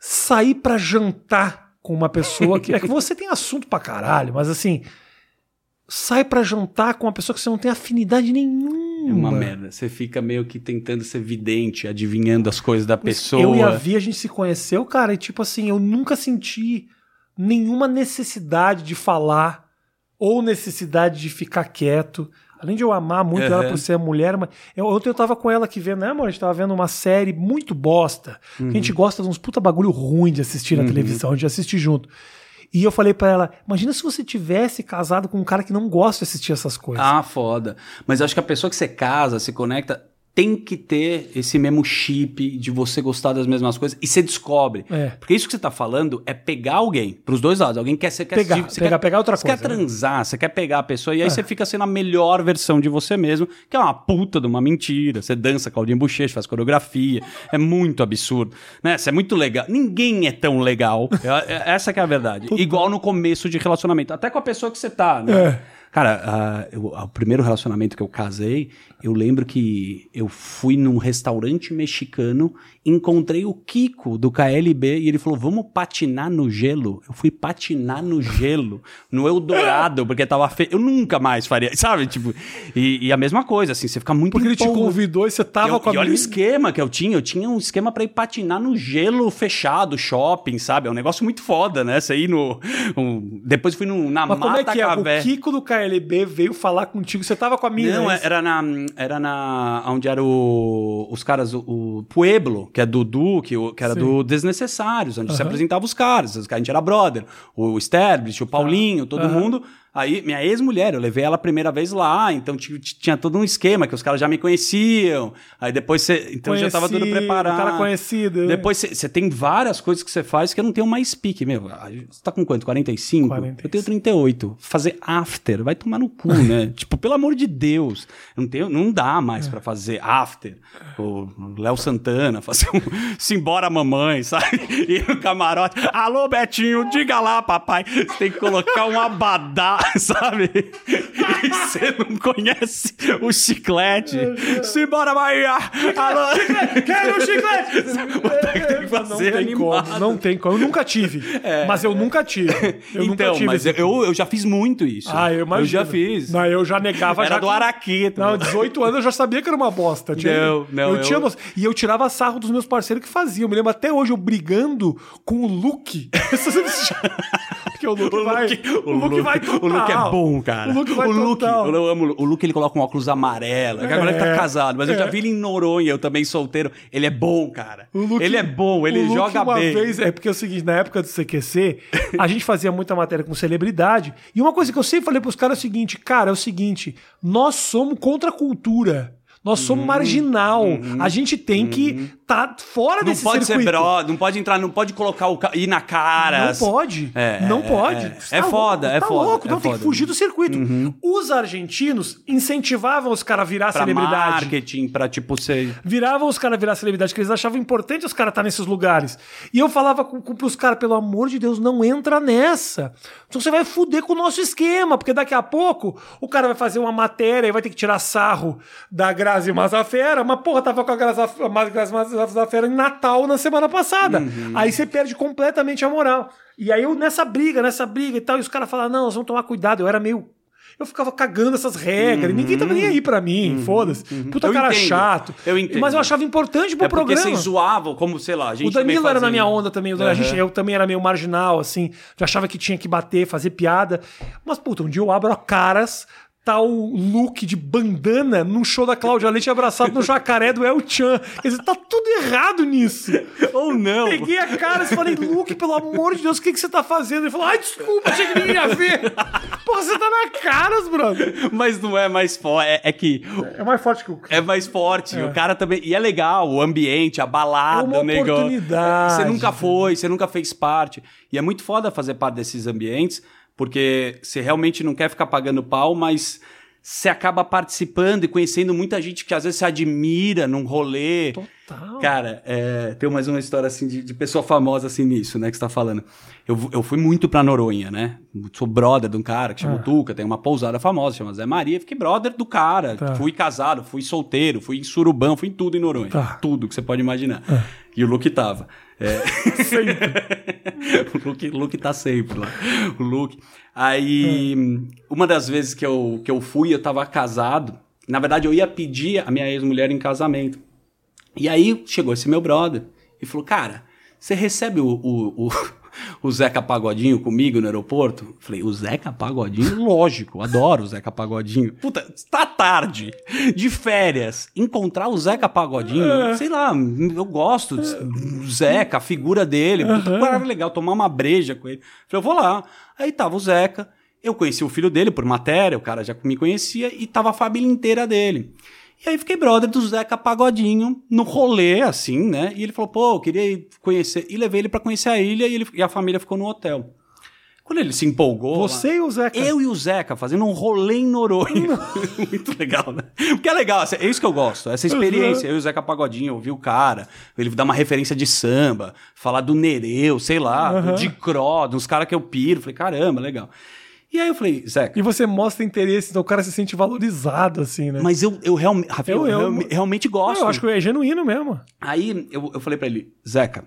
sair pra jantar com uma pessoa que. É que você tem assunto pra caralho, mas assim. Sai pra jantar com uma pessoa que você não tem afinidade nenhuma.
É uma merda. Você fica meio que tentando ser vidente, adivinhando as coisas da pessoa.
Eu e a Vi, a gente se conheceu, cara, e tipo assim, eu nunca senti nenhuma necessidade de falar ou necessidade de ficar quieto. Além de eu amar muito ela
Uhum.
por ser mulher, mas eu, ontem eu tava com ela que vendo, né, amor? A gente tava vendo uma série muito bosta. que A gente gosta de uns puta bagulho ruim de assistir na televisão, a gente assiste junto. E eu falei pra ela: imagina se você tivesse casado com um cara que não gosta de assistir essas coisas.
Ah, foda. Mas eu acho que a pessoa que você casa, se conecta, tem que ter esse mesmo chip de você gostar das mesmas coisas e você descobre.
É.
Porque isso que você tá falando é pegar alguém pros dois lados. Alguém quer você quer
Pegar,
você
pegar-
quer,
pegar outra
você
coisa,
quer
né? É.
transar, você quer pegar a pessoa e aí você fica sendo a melhor versão de você mesmo, que é uma puta de uma mentira. Você dança Claudinho Bochecha, faz coreografia, é muito absurdo, né? Você é muito legal. Ninguém é tão legal. É- é- Essa que é a verdade. Igual no começo de relacionamento, até com a pessoa que você tá, né?
É.
Cara, ah, eu- o primeiro relacionamento que eu casei, eu lembro que eu fui num restaurante mexicano, encontrei o Kiko do KLB e ele falou: Vamos patinar no gelo? Eu fui patinar no gelo, no Eldorado, porque tava feio. Eu nunca mais faria, sabe? Tipo, e, e a mesma coisa, assim, você fica muito
Porque ele te
empolgado.
convidou e é você tava
Eu-
com a
e olha o
menina.
esquema que eu tinha. Eu tinha um esquema pra ir patinar no gelo fechado, shopping, sabe? É um negócio muito foda, né? Você ir no. um- Depois fui no, na
Mas
mata
como é que é?
caverna.
O Kiko do KLB veio falar contigo. Você tava com a mina.
Não, é,
né?
era na. Era na. Onde era o, os caras, o, o Pueblo, que é do Duque, o- que era
Sim.
do Desnecessários, onde se
Aham.
apresentava os caras. os caras, A gente era brother. O Sterblich, o Paulinho, todo
Tá. Aham.
mundo. Aí, minha ex-mulher, eu levei ela a primeira vez lá, então ti- ti- tinha todo um esquema que os caras já me conheciam. Aí depois você. Então eu já tava tudo
Conheci,
preparado.
O cara conhecido.
Depois você tem várias coisas que você faz que eu não tenho mais pique, meu. Você tá com quanto? 45?
45.
Eu tenho 38. Fazer after, vai tomar no cu, né? tipo, pelo amor de Deus. Eu não, tenho, não dá mais pra fazer after. O Léo Santana, fazer um. Se embora mamãe, sabe? E no camarote. Alô, Betinho, diga lá, papai. Você tem que colocar um abadá, sabe? E você não conhece o chiclete. Se embora, Bahia! Alô!
Quero um chiclete!
tem que fazer
não tem
animado. É.
como, não tem como. Eu nunca tive. Mas eu nunca tive.
então,
Eu nunca tive.
mas
esse-
eu, eu já fiz muito isso.
Ah, eu imagino.
já fiz.
Não, eu já negava
Era
já
do
com-
Araqueta.
Não, 18 anos eu já sabia que era uma bosta. Tinha-
Não, não,
Eu
eu-
tinha noção. E eu tirava sarro dos meus parceiros que faziam. Eu me lembro até hoje eu brigando com o Luke. Porque o Luke
O
vai.
Luke-
o Luke vai
O Luke é
total.
bom, cara.
O Luke vai total.
eu amo. O Luke, ele coloca um óculos amarelo. É. que Agora ele tá
É.
casado, mas eu já
É.
vi ele em Noronha, eu também solteiro. Ele é bom, cara.
O Luke-
ele é bom, ele
o Luke
joga
uma
bem.
Vez, é porque é o seguinte, na época do CQC, a gente fazia muita matéria com celebridade. E uma coisa que eu sempre falei pros caras é o seguinte, cara, é o seguinte, nós somos contra a cultura. Nós
Uhum,
somos marginal. a gente tem que estar fora
Não
desse
pode ser
circuito.
brother, não pode entrar, não pode colocar o ca... ir na cara.
Não pode.
É,
não
é,
pode.
é.
Você
É
tá
foda,
louco,
é
tá
foda,
louco.
é
Não, tem que
foda. Uhum.
fugir do circuito. Os argentinos incentivavam os caras a virar
Pra
celebridade.
marketing, pra tipo ser.
Viravam os caras virar celebridade, que eles achavam importante os caras estar nesses lugares. E eu falava com, com, pros caras, pelo amor de Deus, não entra nessa. Então você vai fuder com o nosso esquema, porque daqui a pouco o cara vai fazer uma matéria e vai ter que tirar sarro da Grazi Mazafera, mas porra, tava com a Grazi, Ma- Grazi Mazafera em Natal na semana passada. Aí você perde completamente a moral. E aí eu nessa briga, nessa briga e tal, e os caras falaram, não, nós vamos tomar cuidado. Eu era meio... Eu ficava cagando essas regras, ninguém tava nem aí pra mim, foda-se. Puta
Eu
cara
entendo,
chato.
eu entendo.
Mas eu achava importante pro
é porque
programa.
vocês zoavam, como sei lá, a gente
O Danilo
também
era na
fazia.
minha onda também. o Danilo- a
Aham.
gente- eu também era meio marginal, assim. Já achava que tinha que bater, fazer piada. Mas, puta, um dia eu abro a caras, tá o look de bandana num show da Cláudia Leite abraçado no jacaré do El Chan. Quer dizer, tá tudo errado nisso.
Ou não.
Peguei a cara e falei, Luke, pelo amor de Deus, o que, que você tá fazendo? Ele falou, ai, desculpa, achei que ninguém ia ver. Porra, você tá na caras, brother.
Mas não é mais forte. É, é que
É mais forte que o
é mais forte. O cara também. E é legal, o ambiente, a balada,
É uma
o negócio.
oportunidade.
Ah, Você nunca foi, você nunca fez parte. E é muito foda fazer parte desses ambientes, porque você realmente não quer ficar pagando pau, mas. Você acaba participando e conhecendo muita gente que às vezes se admira num rolê.
Total.
Cara, é, tem mais uma história assim de, de pessoa famosa assim nisso, né, que você tá falando. Eu, eu fui muito pra Noronha, né? Sou brother de um cara que chama o
Ah.
Tuca, tem uma pousada famosa, chama Zé Maria, fiquei brother do cara.
Tá.
Fui casado, fui solteiro, fui em surubão, fui em tudo em Noronha.
Tá. Ah.
Tudo que você pode imaginar. E o Luke tava. É. o Luke, Luke tá sempre lá. O Luke. Aí,
Ah.
uma das vezes que eu, que eu fui, eu tava casado. Na verdade, eu ia pedir a minha ex-mulher em casamento. E aí chegou esse meu brother e falou: Cara, você recebe o, o, o, o Zeca Pagodinho comigo no aeroporto? Eu Falei: O Zeca Pagodinho? Lógico, adoro o Zeca Pagodinho. Puta, tá tarde, de férias, encontrar o Zeca Pagodinho, sei lá, eu gosto do Zeca, a figura dele, puta, cara legal, tomar uma breja com ele. Falei: Eu vou lá. Aí tava o Zeca. Eu conheci o filho dele por matéria, o cara já me conhecia, e tava a família inteira dele. E aí fiquei brother do Zeca Pagodinho no rolê, assim, né? E ele falou, pô, eu queria ir conhecer. E levei ele pra conhecer a ilha e, ele- e a família ficou no hotel. Quando ele se empolgou. lá-
Você e o Zeca.
eu e o Zeca fazendo um rolê em Noronha. Muito legal, né? Porque é legal, assim, é isso que eu gosto, essa
Uhum.
experiência. Eu e o Zeca Pagodinho, ouvir o cara, ele dá uma referência de samba, falar do Nereu, sei lá,
Uhum.
do de Cro, dos caras que eu piro. Falei, caramba, legal. E aí eu falei, Zeca.
E você mostra interesse, então o cara se sente valorizado, assim, né?
Mas eu, eu, realme- Rafael,
Eu- eu-
eu realme- realmente
Não,
gosto.
eu acho que é genuíno mesmo.
Aí eu, eu falei pra ele, Zeca,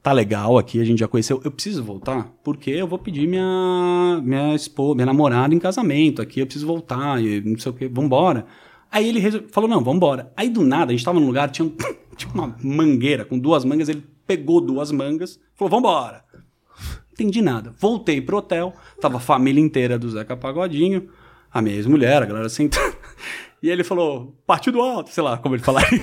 tá legal aqui, a gente já conheceu, eu preciso voltar, porque eu vou pedir minha minha esposa, minha namorada em casamento aqui, eu preciso voltar, e não sei o que, vambora. Aí ele resol- falou, não, vambora. Aí do nada, a gente tava num lugar, tinha, um- tinha uma mangueira com duas mangas, ele pegou duas mangas, falou, vambora. Entendi nada. Voltei pro hotel, tava a família inteira do Zeca Pagodinho, a minha ex-mulher, a galera sentada. E ele falou, partiu do alto, sei lá como ele falaria.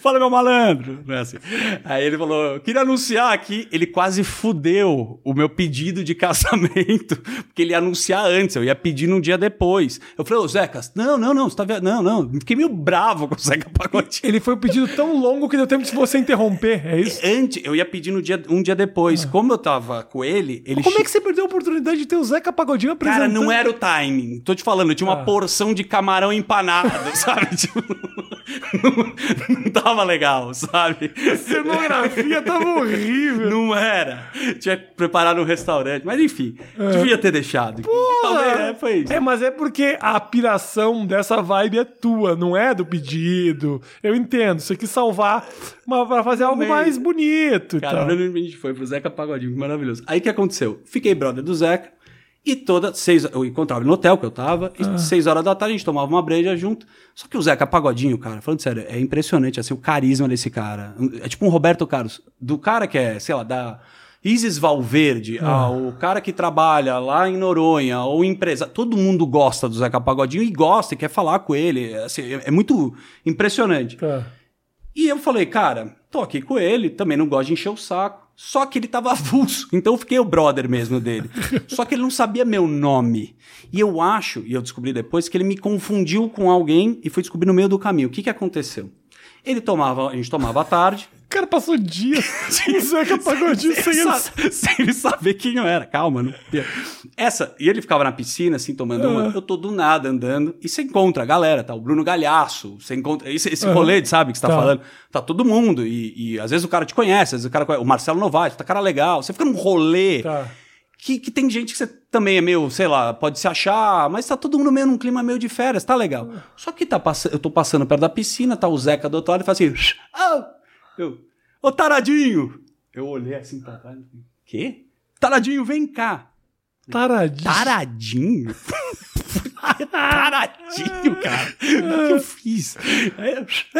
Fala, meu malandro. Não é assim. Aí ele falou: queria anunciar aqui. Ele quase fudeu o meu pedido de casamento, porque ele ia anunciar antes, eu ia pedir um dia depois. Eu falei, ô Zeca, não, não, não, você tá vendo? Não, não. Fiquei meio bravo com o Zeca Pagodinho.
Ele foi um pedido tão longo que deu tempo de você interromper, é isso?
Antes, eu ia pedir no dia, um dia depois. Como eu tava com ele, ele
Ah. Como é
che-
que você perdeu a oportunidade de ter o Zeca Pagodinho
Cara,
apresentando?
não era o timing. Tô te falando, eu tinha uma
então. Ah.
porção de camarão empanado, sabe? Tipo, não, não tava legal, sabe?
cenografia tava é horrível.
Não era. Tinha que preparar no restaurante. Mas enfim, devia ter deixado. Talvez, é, foi isso.
É, mas é porque a piração dessa vibe é tua, não é do pedido. Eu entendo, você quis salvar mas pra fazer algo
Também.
mais bonito. e
Cara,
tal.
olha onde a gente foi pro Zeca Pagodinho, que maravilhoso. Aí o que aconteceu? Fiquei brother do Zeca e toda seis eu encontrava ele no hotel que eu tava, e
Ah.
seis horas da tarde a gente tomava uma breja junto. Só que o Zeca Pagodinho, cara, falando sério, é impressionante assim o carisma desse cara. É tipo um Roberto Carlos, do cara que é, sei lá, da Isis Valverde,
Ah.
ao cara que trabalha lá em Noronha, ou empresa, todo mundo gosta do Zeca Pagodinho e gosta e quer falar com ele. Assim, é- é muito impressionante.
Tá.
E eu falei, cara, tô aqui com ele, também não gosto de encher o saco. Só que ele tava avulso, então eu fiquei o brother mesmo dele. Só que ele não sabia meu nome. E eu acho, e eu descobri depois, que ele me confundiu com alguém e fui descobrir no meio do caminho. O que que aconteceu? Ele tomava, a gente tomava à tarde,
O cara passou dias com o Zeca Pagodinho sem ele.
sa- sem ele saber quem eu era. Calma, não podia. Essa, e ele ficava na piscina, assim, tomando
Ah.
uma. Eu tô do nada andando. E você encontra a galera, tá? O Bruno Galhaço, você encontra. Esse, esse rolê, de, sabe, que você tá,
Tá.
falando. Tá todo mundo. E, e às vezes o cara te conhece, às vezes o cara conhece. O Marcelo Novaes, tá cara legal. Você fica num rolê
Tá.
que, que tem gente que você também é meio, sei lá, pode se achar, mas tá todo mundo meio num clima meio de férias, tá legal. Só que tá passa- eu tô passando perto da piscina, tá o Zeca do outro lado e fala assim, ah! eu, ô taradinho! Eu olhei assim pra trás, quê? Taradinho, vem cá!
Taradinho.
Taradinho? Taradinho, cara. O que eu fiz?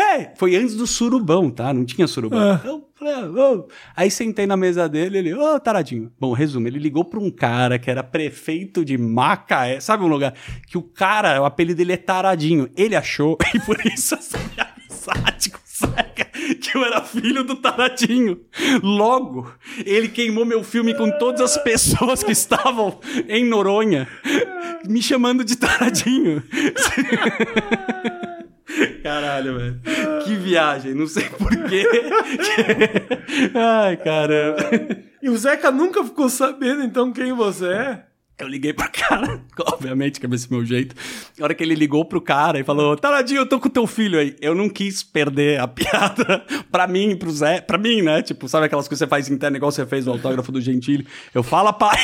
É, foi antes do surubão, tá? Não tinha surubão.
Ah.
Eu falei, ah, ô. Aí sentei na mesa dele, ele, ô, taradinho. Bom, resumo, ele ligou pra um cara que era prefeito de Macaé, sabe um lugar? Que o cara, o apelido dele é taradinho. Ele achou, e por isso essa minha amizade com o Zeca, que eu era filho do taradinho. Logo, ele queimou meu filme com todas as pessoas que estavam em Noronha, me chamando de taradinho. Caralho, velho. Que viagem, não sei porquê. Ai, caramba.
E o Zeca nunca ficou sabendo, então, quem você é?
Eu liguei pro cara, obviamente que é esse meu jeito. Na hora que ele ligou pro cara e falou: Taradinho, eu tô com teu filho aí. Eu não quis perder a piada pra mim, e pro Zé. Pra mim, né? Tipo, sabe aquelas coisas que você faz interna, igual você fez no autógrafo do Gentili? Eu falo, pai.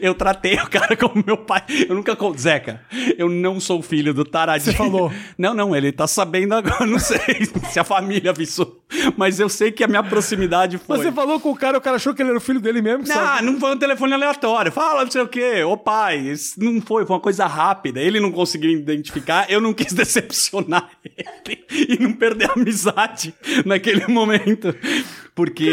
Eu tratei o cara como meu pai. Eu nunca. con- Zeca, eu não sou filho do Taradinho.
Você falou.
Não, não, ele tá sabendo agora. Não sei se a família avisou. Mas eu sei que a minha proximidade foi.
Mas Você falou com o cara, o cara achou que ele era o filho dele mesmo? que sabe?
Ah, não foi um telefone aleatório. Fala, não sei o quê. Ô pai, isso não foi, foi uma coisa rápida. Ele não conseguiu identificar, eu não quis decepcionar ele e não perder a amizade naquele momento. Porque.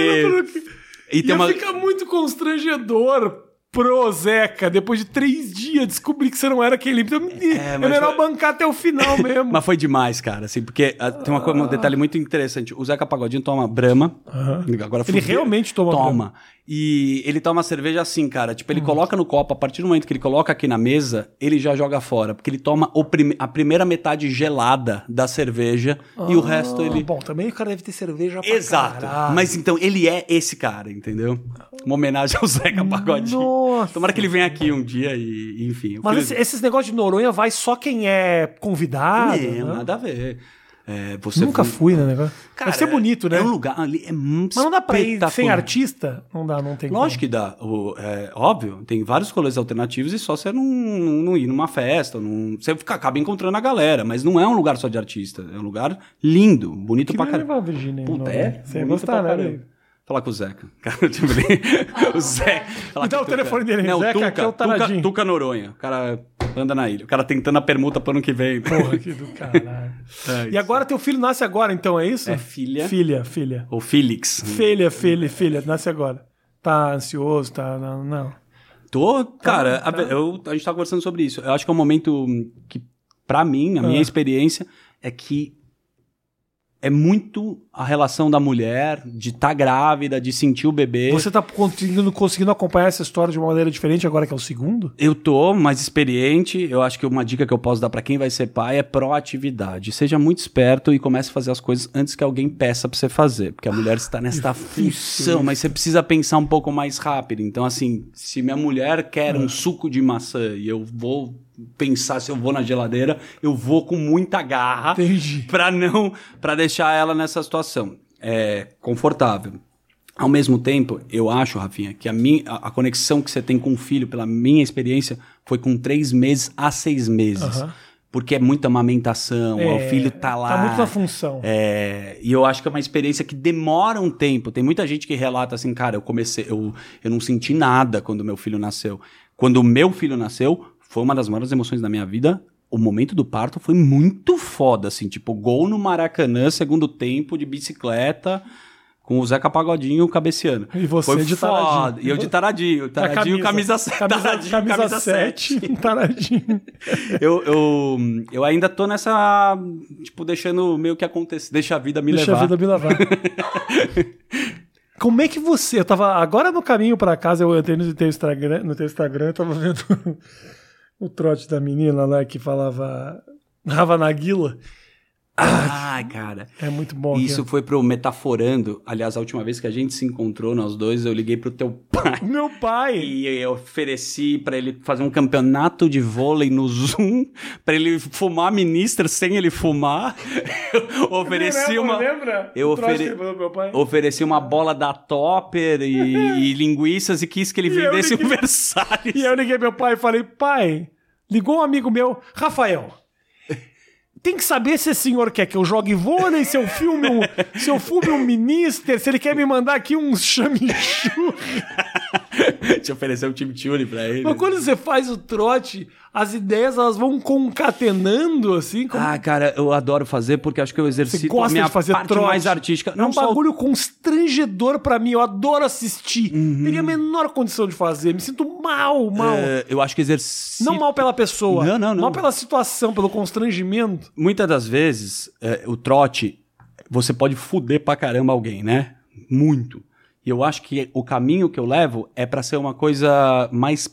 E
E
tem uma.
fica muito constrangedor pro Zeca, depois de três dias, descobrir que você não era aquele. Então, é,
mas
melhor
foi-
bancar até o final mesmo.
Mas foi demais, cara, assim, porque ah, tem uma coisa, um detalhe muito interessante. O Zeca Pagodinho toma brama.
Aham.
Agora
Ele
fudeu.
realmente toma
Toma. E ele toma cerveja assim, cara. Tipo, ele coloca no copo, a partir do momento que ele coloca aqui na mesa, ele já joga fora. Porque ele toma o prime- a primeira metade gelada da cerveja e o resto
Ah,
ele.
Bom, também o cara deve ter cerveja pra
Exato.
caralho.
Mas então, ele é esse cara, entendeu? Uma homenagem ao Zeca Pagodinho.
Hum, Nossa.
Tomara que ele venha aqui um dia e, enfim. eu
Mas
fui-
esse- esses negócios de Noronha vai só quem é convidado.
Não,
né?
nada a ver. É, você
Nunca fui, né? Negócio.
Cara,
Deve ser bonito, né?
É um lugar ali, é muito
Mas não dá pra ir sem
espetacular.
artista? então. Não dá, não tem
Lógico que dá. O- é, óbvio, tem vários rolês alternativos e só você não, não, não ir numa festa. Não, você fica- acaba encontrando a galera, mas não é um lugar só de artista. É um lugar lindo, bonito
como.
pra
Que vai
caramba.
levar a Virginia. em
Puta,
Noronha?
é?
Você ia
bonito
gostar,
pra
né?
caramba.
Dave?
Falar com o Zeca. Cara, tipo, ele- o Zeca. falar
Me dá
com
o telefone dele,
Não,
Zeca,
Tuca,
aqui é o
Tuca,
taradinho.
Tuca Noronha. O cara anda na ilha. O cara tentando a permuta pro ano que vem.
Porra, que do caralho.
É
E
isso.
agora teu filho nasce agora, então, é isso?
É filha.
Filha, filha.
O Félix.
Filha, filha, filha, nasce agora. Tá ansioso, tá. Não. não.
Tô, cara,
tá.
a, eu- a gente tava conversando sobre isso. Eu acho que é um momento hum, que, pra mim, a minha
Ah.
experiência é que é muito a relação da mulher, de estar grávida, de sentir o bebê.
Você tá conseguindo, conseguindo acompanhar essa história de uma maneira diferente agora que é o segundo?
Eu tô mais experiente. Eu acho que uma dica que eu posso dar pra quem vai ser pai é proatividade. Seja muito esperto e comece a fazer as coisas antes que alguém peça pra você fazer. Porque a mulher está nesta função, mas você precisa pensar um pouco mais rápido. Então, assim, se minha mulher quer um suco de maçã e eu vou pensar se eu vou na geladeira, eu vou com muita garra
Entendi.
pra não para deixar ela nessa situação é confortável ao mesmo tempo eu acho Rafinha que a minha a a conexão que você tem com o filho pela minha experiência foi com três meses a seis meses
Aham.
porque é muita amamentação
É,
o filho tá lá
Tá muito na função.
é, e eu acho que é uma experiência que demora um tempo. Tem muita gente que relata assim, cara, eu comecei, eu, eu não senti nada quando meu filho nasceu. Quando o meu filho nasceu, foi uma das maiores emoções da minha vida. O momento do parto foi muito foda, assim, tipo, gol no Maracanã, segundo tempo, de bicicleta, com o Zeca Pagodinho cabeceando.
E você
foi
de
foda.
taradinho.
E eu de taradinho. Taradinho, camisa,
sete,
7.
Camisa, camisa, sete, um Taradinho.
Eu, eu, eu ainda tô nessa, tipo, deixando meio que acontecer. Deixa a vida me
Deixa
levar.
a vida me lavar. Como é que você. Eu tava agora no caminho pra casa, eu entrei no teu Instagram, no teu Instagram eu tava vendo o trote da menina lá que falava. Rava Naguila.
Ai, cara.
É muito bom.
Isso foi pro Metaforando. Aliás, a última vez que a gente se encontrou, nós dois, eu liguei pro teu pai.
cara. Meu pai!
E eu ofereci pra ele fazer um campeonato de vôlei no Zoom, pra ele fumar ministra sem ele fumar. Eu ofereci uma.
Lembra?
eu
O trote
ofere-
que ele falou pro meu pai.
Ofereci uma bola da Topper e, e linguiças e quis que ele
E eu
vendesse
liguei-
o Versalhes.
E aí eu liguei meu pai e falei, pai, ligou um amigo meu, Rafael. Tem que saber se esse senhor quer que eu jogue vôlei, se eu filme um, se eu fume um minister, se ele quer me mandar aqui um chamichu.
Te ofereceu um time tune pra ele.
Mas quando você faz o trote, as ideias elas vão concatenando, assim, como
Ah, cara, eu adoro fazer porque acho que eu
você
exercito
gosta
a minha
de fazer
parte
trote.
mais artística.
É
Não
um
só o
bagulho constrangedor pra mim, eu adoro
Uhum.
assistir. Teria a menor condição de fazer, me sinto mal, mal.
É, eu acho que exercício.
Não mal pela pessoa.
Não, não, não.
Mal pela situação, pelo constrangimento.
Muitas das vezes, é, o trote, você pode fuder pra caramba alguém, né? Muito. E eu acho que o caminho que eu levo é pra ser uma coisa mais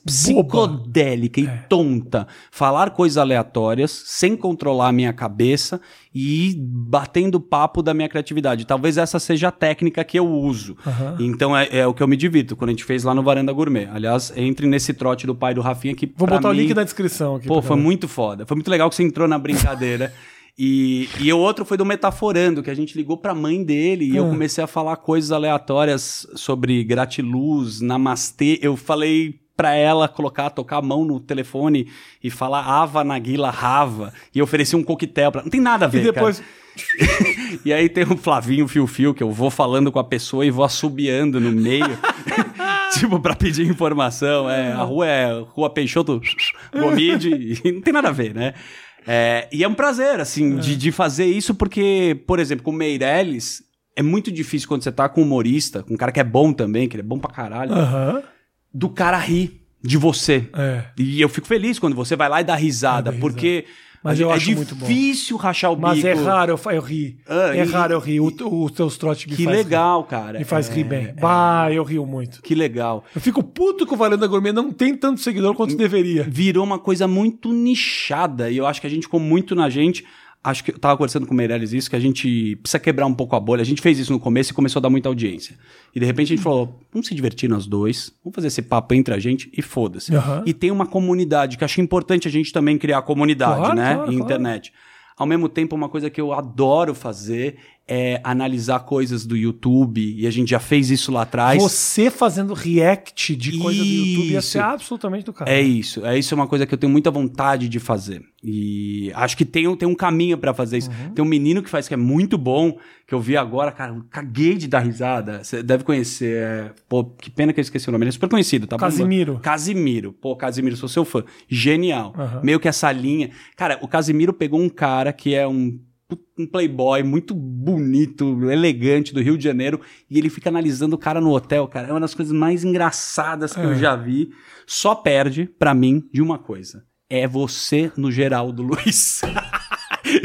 psicodélica
É.
e tonta. Falar coisas aleatórias, sem controlar a minha cabeça e ir batendo papo da minha criatividade. Talvez essa seja a técnica que eu uso. Então é, é o que eu me divirto quando a gente fez lá no Varanda Gourmet. Aliás, entre nesse trote do pai do Rafinha que.
Vou
pra
botar o
mim-
link na descrição aqui.
Pô,
pra
foi
galera.
muito foda. Foi muito legal que você entrou na brincadeira. E, e o outro foi do Metaforando, que a gente ligou pra mãe dele e eu
Ah.
comecei a falar coisas aleatórias sobre gratiluz, namastê. Eu falei pra ela colocar, tocar a mão no telefone e falar Ava Naguila Rava. E ofereci um coquetel pra. Não tem nada a ver,
E depois.
cara. E aí tem o Flavinho Fio Fio, que eu vou falando com a pessoa e vou assobiando no meio. tipo, pra pedir informação. É, a rua é Rua Peixoto Gomide. e não tem nada a ver, né? É, e é um prazer, assim, de, de fazer isso, porque, por exemplo, com o Meirelles. É muito difícil quando você tá com um humorista, com um cara que é bom também, que ele é bom pra caralho,
Aham.
do cara rir de você.
É.
E eu fico feliz quando você vai lá e dá risada,
dá É risada.
porque
Mas eu
é
acho muito bom.
difícil rachar o
Mas
bico.
é raro eu, fa- eu rir.
Ah,
é
e-
raro eu rir. O, o, os teus trotes me
Que
faz
legal,
rir.
cara.
Me faz
É,
rir bem. Bah, eu rio muito.
Que legal.
Eu fico puto que o Valendo é Gourmet não tem tanto seguidor
Hum.
quanto deveria.
Virou uma coisa muito nichada e eu acho que a gente ficou muito na gente. Acho que eu tava conversando com o Meirelles isso, que a gente precisa quebrar um pouco a bolha. A gente fez isso no começo e começou a dar muita audiência. E de repente a gente falou, vamos se divertir nós dois, vamos fazer esse papo entre a gente e foda-se.
Aham.
E tem uma comunidade, que acho importante a gente também criar a comunidade,
Claro,
né?
claro,
em
claro.
internet. Ao mesmo tempo, uma coisa que eu adoro fazer é analisar coisas do YouTube, e a gente já fez isso lá atrás.
Você fazendo react de coisa do YouTube ia
Isso.
ser absolutamente do cara.
É isso, é isso é uma coisa que eu tenho muita vontade de fazer. E acho que tem, um- tem um caminho pra fazer isso. Tem um menino que faz que é muito bom, que eu vi agora, cara, eu caguei de dar risada. Você deve conhecer. é, Pô, que pena que eu esqueci o nome. Ele é super conhecido, tá bom?
Casimiro. É.
Casimiro. Pô, Casimiro, sou seu fã. Genial.
Aham.
Meio que essa linha. Cara, o Casimiro pegou um cara que é um, um playboy muito bonito, elegante do Rio de Janeiro, e ele fica analisando o cara no hotel, cara. É uma das coisas mais engraçadas que eu
É.
já vi. Só perde, pra mim, de uma coisa. É você no Geraldo Luiz.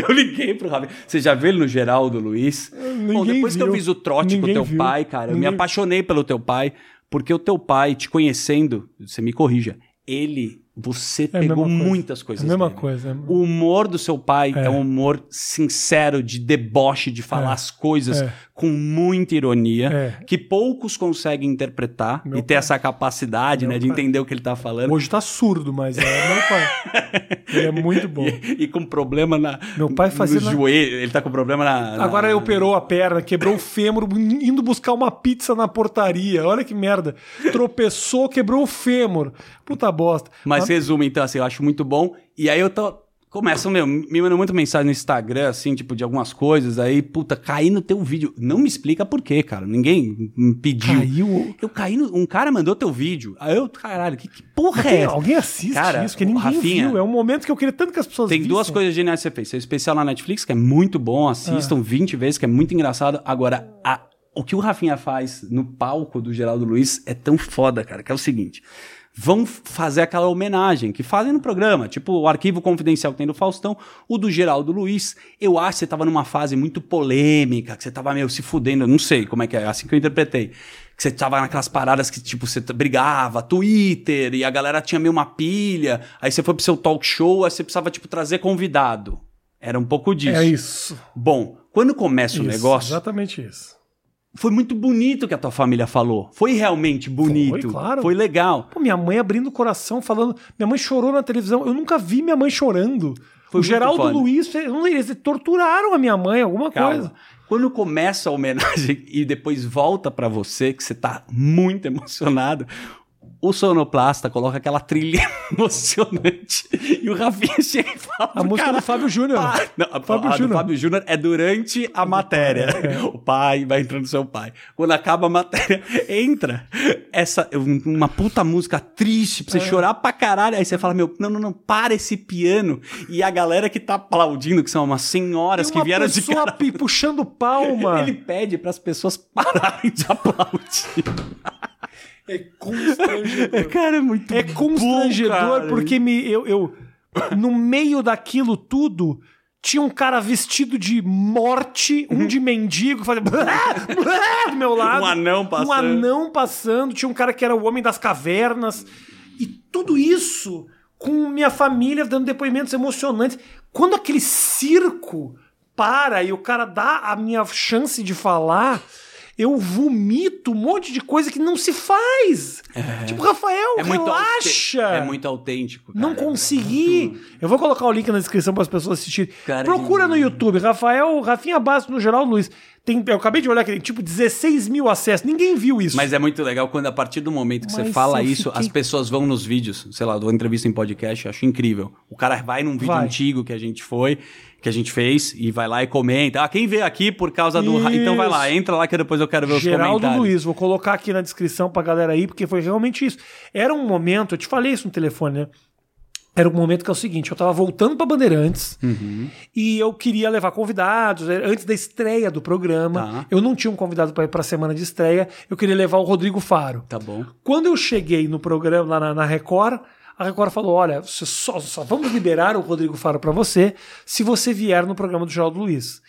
Eu liguei pro Rafinha. Você já viu ele no Geraldo Luiz? Bom,
ninguém
depois que eu
viu.
fiz o trote com o
Ninguém
teu
viu.
pai, cara, eu me
Ninguém-
apaixonei pelo teu pai, porque o teu pai, te conhecendo, você me corrija, ele, você
a
pegou
mesma coisa.
muitas
É a
coisas
mesma
dele.
coisa.
O humor do seu pai é,
É.
um humor sincero, de deboche, de falar
É.
as coisas
É.
com muita ironia,
É.
que poucos conseguem interpretar
Meu
e ter
pai.
essa capacidade,
Meu
né, de
pai.
entender o que ele tá falando.
Hoje tá surdo, mas é meu pai. Ele é muito bom.
E, e com problema na,
Meu pai fazia
no
na-
joelho, ele tá com problema na... na-
Agora ele operou a perna, quebrou o fêmur, indo buscar uma pizza na portaria. Olha que merda. Tropeçou, quebrou o fêmur. Puta bosta.
Mas resumo, então, assim, eu acho muito bom. E aí eu tô. Começam, meu, me mandam muito mensagem no Instagram, assim, tipo, de algumas coisas. Aí, puta, caí no teu vídeo. Não me explica por quê, cara. Ninguém me pediu.
Caiu.
Eu caí no. Um cara mandou teu vídeo. Aí eu, caralho, que, que porra é
Tem-
essa?
alguém assiste
Cara,
isso, que ninguém
Rafinha-
viu. É um momento que eu queria tanto que as pessoas
Tem duas
vissem.
coisas geniais que você fez. Seu especial na Netflix, que é muito bom, assistam 20 vezes, que é muito engraçado. Agora, a- o que o Rafinha faz no palco do Geraldo Luiz é tão foda, cara, que é o seguinte. Vão f- fazer aquela homenagem que fazem no programa, tipo o arquivo confidencial que tem do Faustão, o do Geraldo Luiz. Eu acho que você tava numa fase muito polêmica, que você tava meio se fudendo, eu não sei como é que é, assim que eu interpretei. Que você tava naquelas paradas que, tipo, você t- brigava, Twitter, e a galera tinha meio uma pilha, aí você foi pro seu talk show, aí você precisava, tipo, trazer convidado. Era um pouco disso.
É isso.
Bom, quando começa o
Isso,
negócio,
Exatamente isso.
foi muito bonito que a tua família falou. Foi realmente bonito.
Foi, claro.
Foi legal.
Pô, minha mãe abrindo o coração, falando. Minha mãe chorou na televisão. Eu nunca vi minha mãe chorando.
Foi
o
muito
Geraldo
foda.
Luiz, fez- eu não sei, eles torturaram a minha mãe, alguma
Calma.
coisa.
Quando começa a homenagem e depois volta pra você, que você tá muito emocionado, o sonoplasta coloca aquela trilha emocionante e o Rafinha chega e fala.
A música do Fábio Júnior.
Ah, não, a,
Fábio
a do
Júnior. é.
Fábio Júnior é durante a matéria. O pai vai entrando seu pai. Quando acaba a matéria, entra essa um- uma puta música triste
É.
pra você chorar pra caralho. Aí você fala, meu, não, não, não, para esse piano. E a galera que tá aplaudindo, que são umas senhoras que vieram de
pessoa
cara.
pi- puxando palma.
Ele pede pras pessoas pararem de aplaudir.
É constrangedor.
Cara, é muito
É
bom,
constrangedor
cara.
porque me, eu, eu- no meio daquilo tudo tinha um cara vestido de morte, um de mendigo, que fazia do meu lado.
Uhum. Um anão passando.
Um anão passando, tinha um cara que era o homem das cavernas. E tudo isso com minha família dando depoimentos emocionantes. Quando aquele circo para e o cara dá a minha chance de falar, eu vomito um monte de coisa que não se faz. Tipo, Rafael,
É muito
relaxa.
autê- É muito autêntico. cara. é
Não consegui. Eu vou colocar o link na descrição para as pessoas assistirem.
Cara, é
Procura
que-
no YouTube, Rafael, Rafinha Bastos no Geraldo Luiz. Tem, eu acabei de olhar que tem tipo 16 mil acessos. Ninguém viu isso.
Mas é muito legal quando, a partir do momento que você
Mas
fala
eu
isso,
fiquei-
as pessoas vão nos vídeos, sei lá, dou entrevista em podcast, eu acho incrível. O cara vai num vídeo
Vai.
antigo que a gente foi, que a gente fez, e vai lá e comenta. Ah, quem veio aqui por causa do. ra- Então vai lá,
Isso.
entra lá que depois eu quero ver os
Geraldo
comentários.
Luiz, vou colocar aqui na descrição pra galera aí, porque foi realmente isso. Era um momento, eu te falei isso no telefone, né? Era um momento que é o seguinte, eu tava voltando pra Bandeirantes
Uhum.
e eu queria levar convidados, eh, antes da estreia do programa.
Tá.
Eu não tinha um convidado pra ir pra semana de estreia, eu queria levar o Rodrigo Faro.
Tá bom.
Quando eu cheguei no programa lá na, na Record, a Record falou: olha, você só, só vamos liberar o Rodrigo Faro para você se você vier no programa do Geraldo Luiz.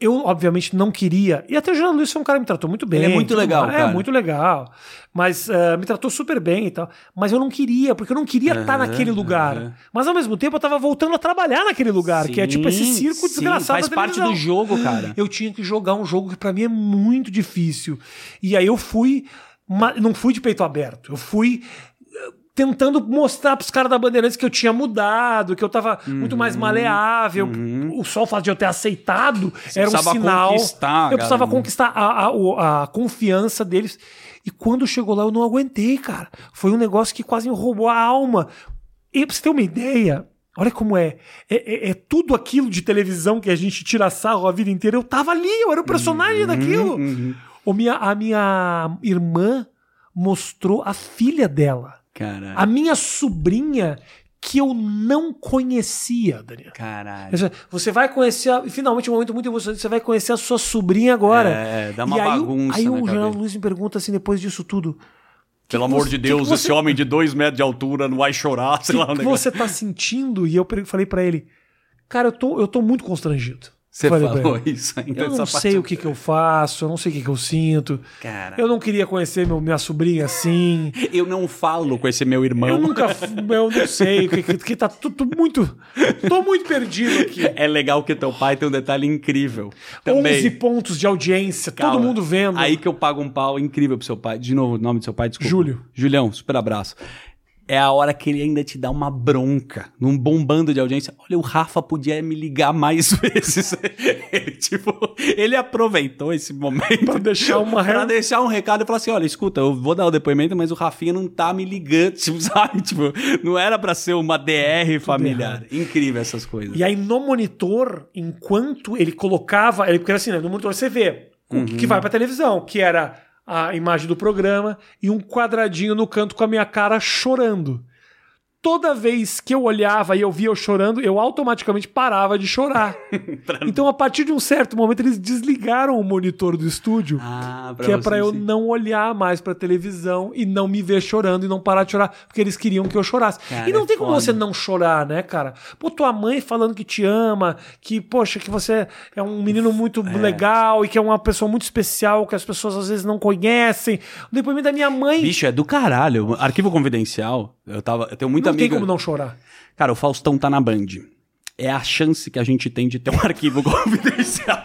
Eu, obviamente, não queria. E até o Geraldo Luiz foi um cara que me tratou muito bem.
Ele é muito
tudo
legal,
mais.
cara.
É, muito legal. Mas eh, me tratou super bem e tal. Mas eu não queria, porque eu não queria estar naquele lugar.
aham.
Mas, ao mesmo tempo, eu tava voltando a trabalhar naquele lugar, que é tipo esse
Sim,
circo
sim,
desgraçado
Faz
da
parte do
televisão.
jogo, cara.
Eu tinha que jogar um jogo que pra mim é muito difícil. E aí eu fui, ma- não fui de peito aberto, eu fui eh, tentando mostrar pros caras da Bandeirantes que eu tinha mudado, que eu tava muito
Uhum.
mais maleável. O sol fato de eu ter aceitado era um
precisava
sinal.
conquistar, né?
eu precisava
cara.
conquistar a, a- o- a confiança deles. E quando chegou lá, eu não aguentei, cara. Foi um negócio que quase me roubou a alma. E pra você ter uma ideia, olha como é. É, é- é tudo aquilo de televisão que a gente tira sarro a vida inteira. Eu tava ali, eu era o personagem
Uhum,
daquilo. O minha, a minha irmã mostrou a filha dela.
Caralho.
É. A minha sobrinha que eu não conhecia, Daniel.
É. Caralho.
Você- Você vai conhecer, a- finalmente, um momento muito emocionante, você vai conhecer a sua sobrinha agora.
É, dá uma
e aí, o-
bagunça
Aí
na
o
cabeça.
Geraldo Luiz me pergunta assim, depois disso tudo,
Pelo amor
você-
de
que
Deus,
que você-
esse homem de dois metros de altura não vai chorar, sei lá,
o
um
que
negócio.
você tá sentindo? E eu per- falei pra ele, Cara, eu tô, eu tô muito constrangido.
Você
Falei pra
falou
ele.
isso ainda.
Eu não
essa
sei
parte-
o que, que eu faço, eu não sei o que, que eu sinto.
Cara,
Eu não queria conhecer meu, minha sobrinha assim.
eu não falo com esse meu irmão.
Eu nunca. f- Eu não sei. Que, que, que tá tudo muito. Tô muito perdido aqui.
É legal que teu pai tem um detalhe incrível.
11
Também.
pontos de audiência,
Calma.
todo mundo vendo.
Aí que eu pago um pau incrível pro seu pai. De novo, o nome do seu pai, desculpa.
Júlio.
Julião, super abraço. É a hora que ele ainda te dá uma bronca, num bombando de audiência. Olha, o Rafa podia me ligar mais vezes. Ele, tipo, ele aproveitou esse momento
Pra deixar uma
pra
re-
deixar um recado e falar assim: olha, escuta, eu vou dar o depoimento, mas o Rafinha não tá me ligando, tipo, sabe? Tipo, não era pra ser uma DR familiar. Incrível essas coisas.
E aí no monitor, enquanto ele colocava. Ele, porque assim, né, no monitor você vê
Uhum.
o que vai pra televisão, que era a imagem do programa e um quadradinho no canto com a minha cara chorando. Toda vez que eu olhava e eu via eu chorando, eu automaticamente parava de chorar. então, a partir de um certo momento, eles desligaram o monitor do estúdio.
Ah,
que é
você
pra eu
se-
não olhar mais pra televisão e não me ver chorando e não parar de chorar, porque eles queriam que eu chorasse.
Cara,
e não
é
tem como
foda.
você não chorar, né, cara? Pô, tua mãe falando que te ama, que, poxa, que você é um menino muito legal e que é uma pessoa muito especial que as pessoas às vezes não conhecem. O depoimento da minha mãe.
Bicho, é do caralho. Arquivo confidencial. Eu, tava, eu tenho muita
não tem
amiga.
como não chorar.
Cara, o Faustão tá na Band. É a chance que a gente tem de ter um arquivo confidencial.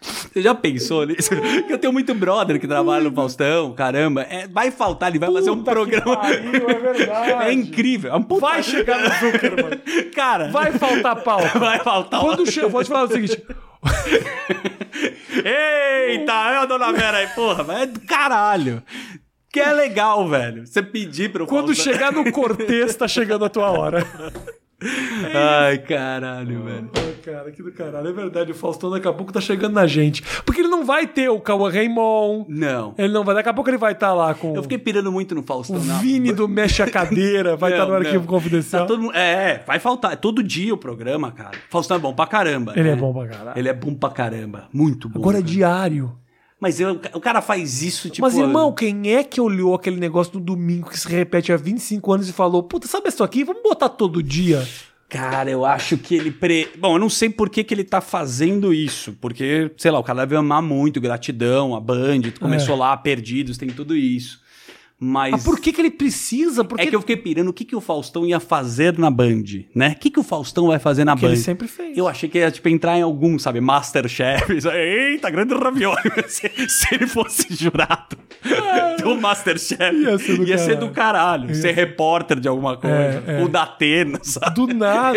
Você já pensou nisso? Que Eu tenho muito brother que trabalha no Faustão, caramba. É, vai faltar, ele vai fazer um
Puta que
programa.
pariu, é verdade.
É incrível. É um puta-
Vai chegar no Zuckerman.
Cara,
Vai faltar pau.
vai faltar.
Quando chega, vou te falar o seguinte:
Eita, é a dona Vera aí, porra. Mas é do caralho. Que é legal, velho. Você pedir pro
quando
Faustão-
chegar no Cortez, tá chegando a tua hora.
Ai, caralho, velho.
Ai, Cara, que do caralho. É verdade, o Faustão daqui a pouco tá chegando na gente. Porque ele não vai ter o Cauã Raymond.
Não.
Ele não vai. Daqui a pouco ele vai estar lá com
Eu fiquei pirando muito no Faustão.
o
na-
Vini do Mexe a Cadeira. Vai estar
Não,
no arquivo
não.
confidencial.
Tá todo mundo- É, é, vai faltar. É todo dia o programa, cara. Faustão é bom pra caramba.
Ele é
né?
bom pra caralho.
Ele é bom pra caramba. Muito bom.
Agora é
cara.
diário.
Mas eu- o cara faz isso, né? tipo...
Mas, irmão, quem é que olhou aquele negócio no domingo que se repete há 25 anos e falou: Puta, sabe isso aqui? Vamos botar todo dia.
Cara, eu acho que ele... Pre... Bom, eu não sei por que, que ele tá fazendo isso. Porque, sei lá, o cara deve amar muito. Gratidão, a
É.
Band. Começou lá, Perdidos, tem tudo isso. Mas...
Mas Ah, por que, que ele precisa? Por
É que eu fiquei pirando o que, que o Faustão ia fazer na Band, né? O que, que o Faustão vai fazer na
que
Band?
ele sempre fez.
Eu achei que ia, tipo, entrar em algum, sabe, Masterchef. sabe? Eita, grande ravioli. se, se ele fosse jurado do Masterchef,
Ia ser do
do
caralho.
caralho. Ser repórter de alguma coisa.
É, é.
Ou da Atena, sabe?
Do nada.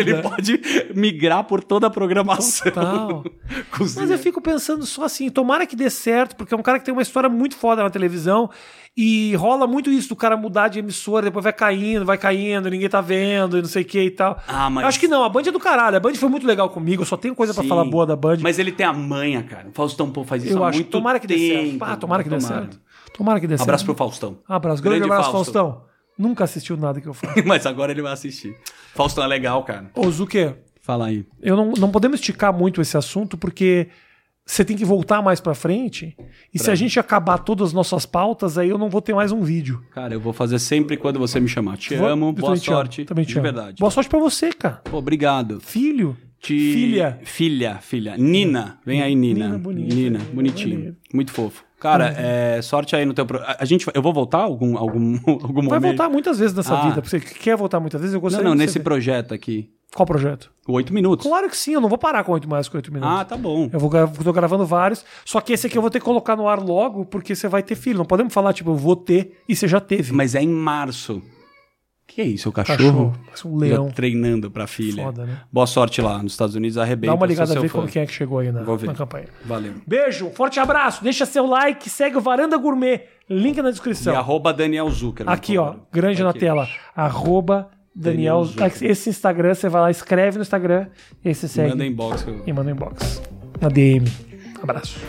Ele pode migrar por toda a programação.
Total.
Cozinha.
Mas é eu fico pensando só assim, tomara que dê certo, porque é um cara que tem uma história muito foda na televisão e rola muito isso do cara mudar de emissora, depois vai caindo, vai caindo, ninguém tá vendo e não sei o que e tal.
Ah, mas-
Acho que não, a Band é do caralho, a Band foi muito legal comigo, eu só tenho coisa pra
Sim.
falar boa da Band.
Mas ele tem a manha, cara. O Faustão pô, faz isso
eu
há
acho,
muito
tomara que dê certo.
tempo.
Ah, tomara que dê certo. Ah. Tomara que dê
Abraço pro
certo.
Faustão.
Abraço, grande, abraço, Faustão. Nunca assistiu nada que eu falo.
Mas agora ele vai assistir. Faustão é legal, cara.
Ô, Zucker,
Fala aí.
eu não, não podemos esticar muito esse assunto porque você tem que voltar mais pra frente. E se a gente acabar todas as nossas pautas, aí eu não vou ter mais um vídeo.
Cara, eu vou fazer sempre quando você me chamar. Te
Vou-
amo,
eu
boa
também te amo,
sorte.
também te
de
amo.
verdade.
Boa sorte pra você, cara.
Pô, obrigado.
Filho,
Te-
filha.
Filha, filha. Nina. Vem aí, Nina.
Nina,
Nina,
bonita.
bonitinho.
Maneiro.
Muito fofo. Cara, é, sorte aí no teu... pro- A a gente... vai- Eu vou voltar algum, algum, algum
Vai
momento?
voltar muitas vezes nessa
Ah.
vida. Você que quer voltar muitas vezes? Eu
Não,
gostaria
não,
de você
nesse
ver.
projeto aqui.
Qual projeto?
O Oito minutos.
Claro que sim, eu não vou parar com oito mais com oito minutos.
Ah, tá bom.
Eu vou gra- tô gravando vários. Só que esse aqui eu vou ter que colocar no ar logo, porque você vai ter filho. Não podemos falar, tipo, eu vou ter e você já teve.
Mas é em março. Que é isso, o cachorro?
Cachorro. Parece um leão.
Já treinando pra filha.
Foda, né?
Boa sorte lá nos Estados Unidos, arrebenta.
Dá uma ligada a
sou seu
ver
fã.
como quem é que é. chegou aí na,
Vou ver.
na campanha.
Valeu.
Beijo, forte abraço, deixa seu like, segue o Varanda Gourmet, link na
E
descrição.
arroba Daniel Zucker.
Então, Aqui, ó, grande na
Aqui.
tela. Arroba Daniel.
Daniel
Esse Instagram, você vai lá, escreve no Instagram e um aí você segue.
Manda inbox. que eu-
E manda um inbox. Na DM. Abraço.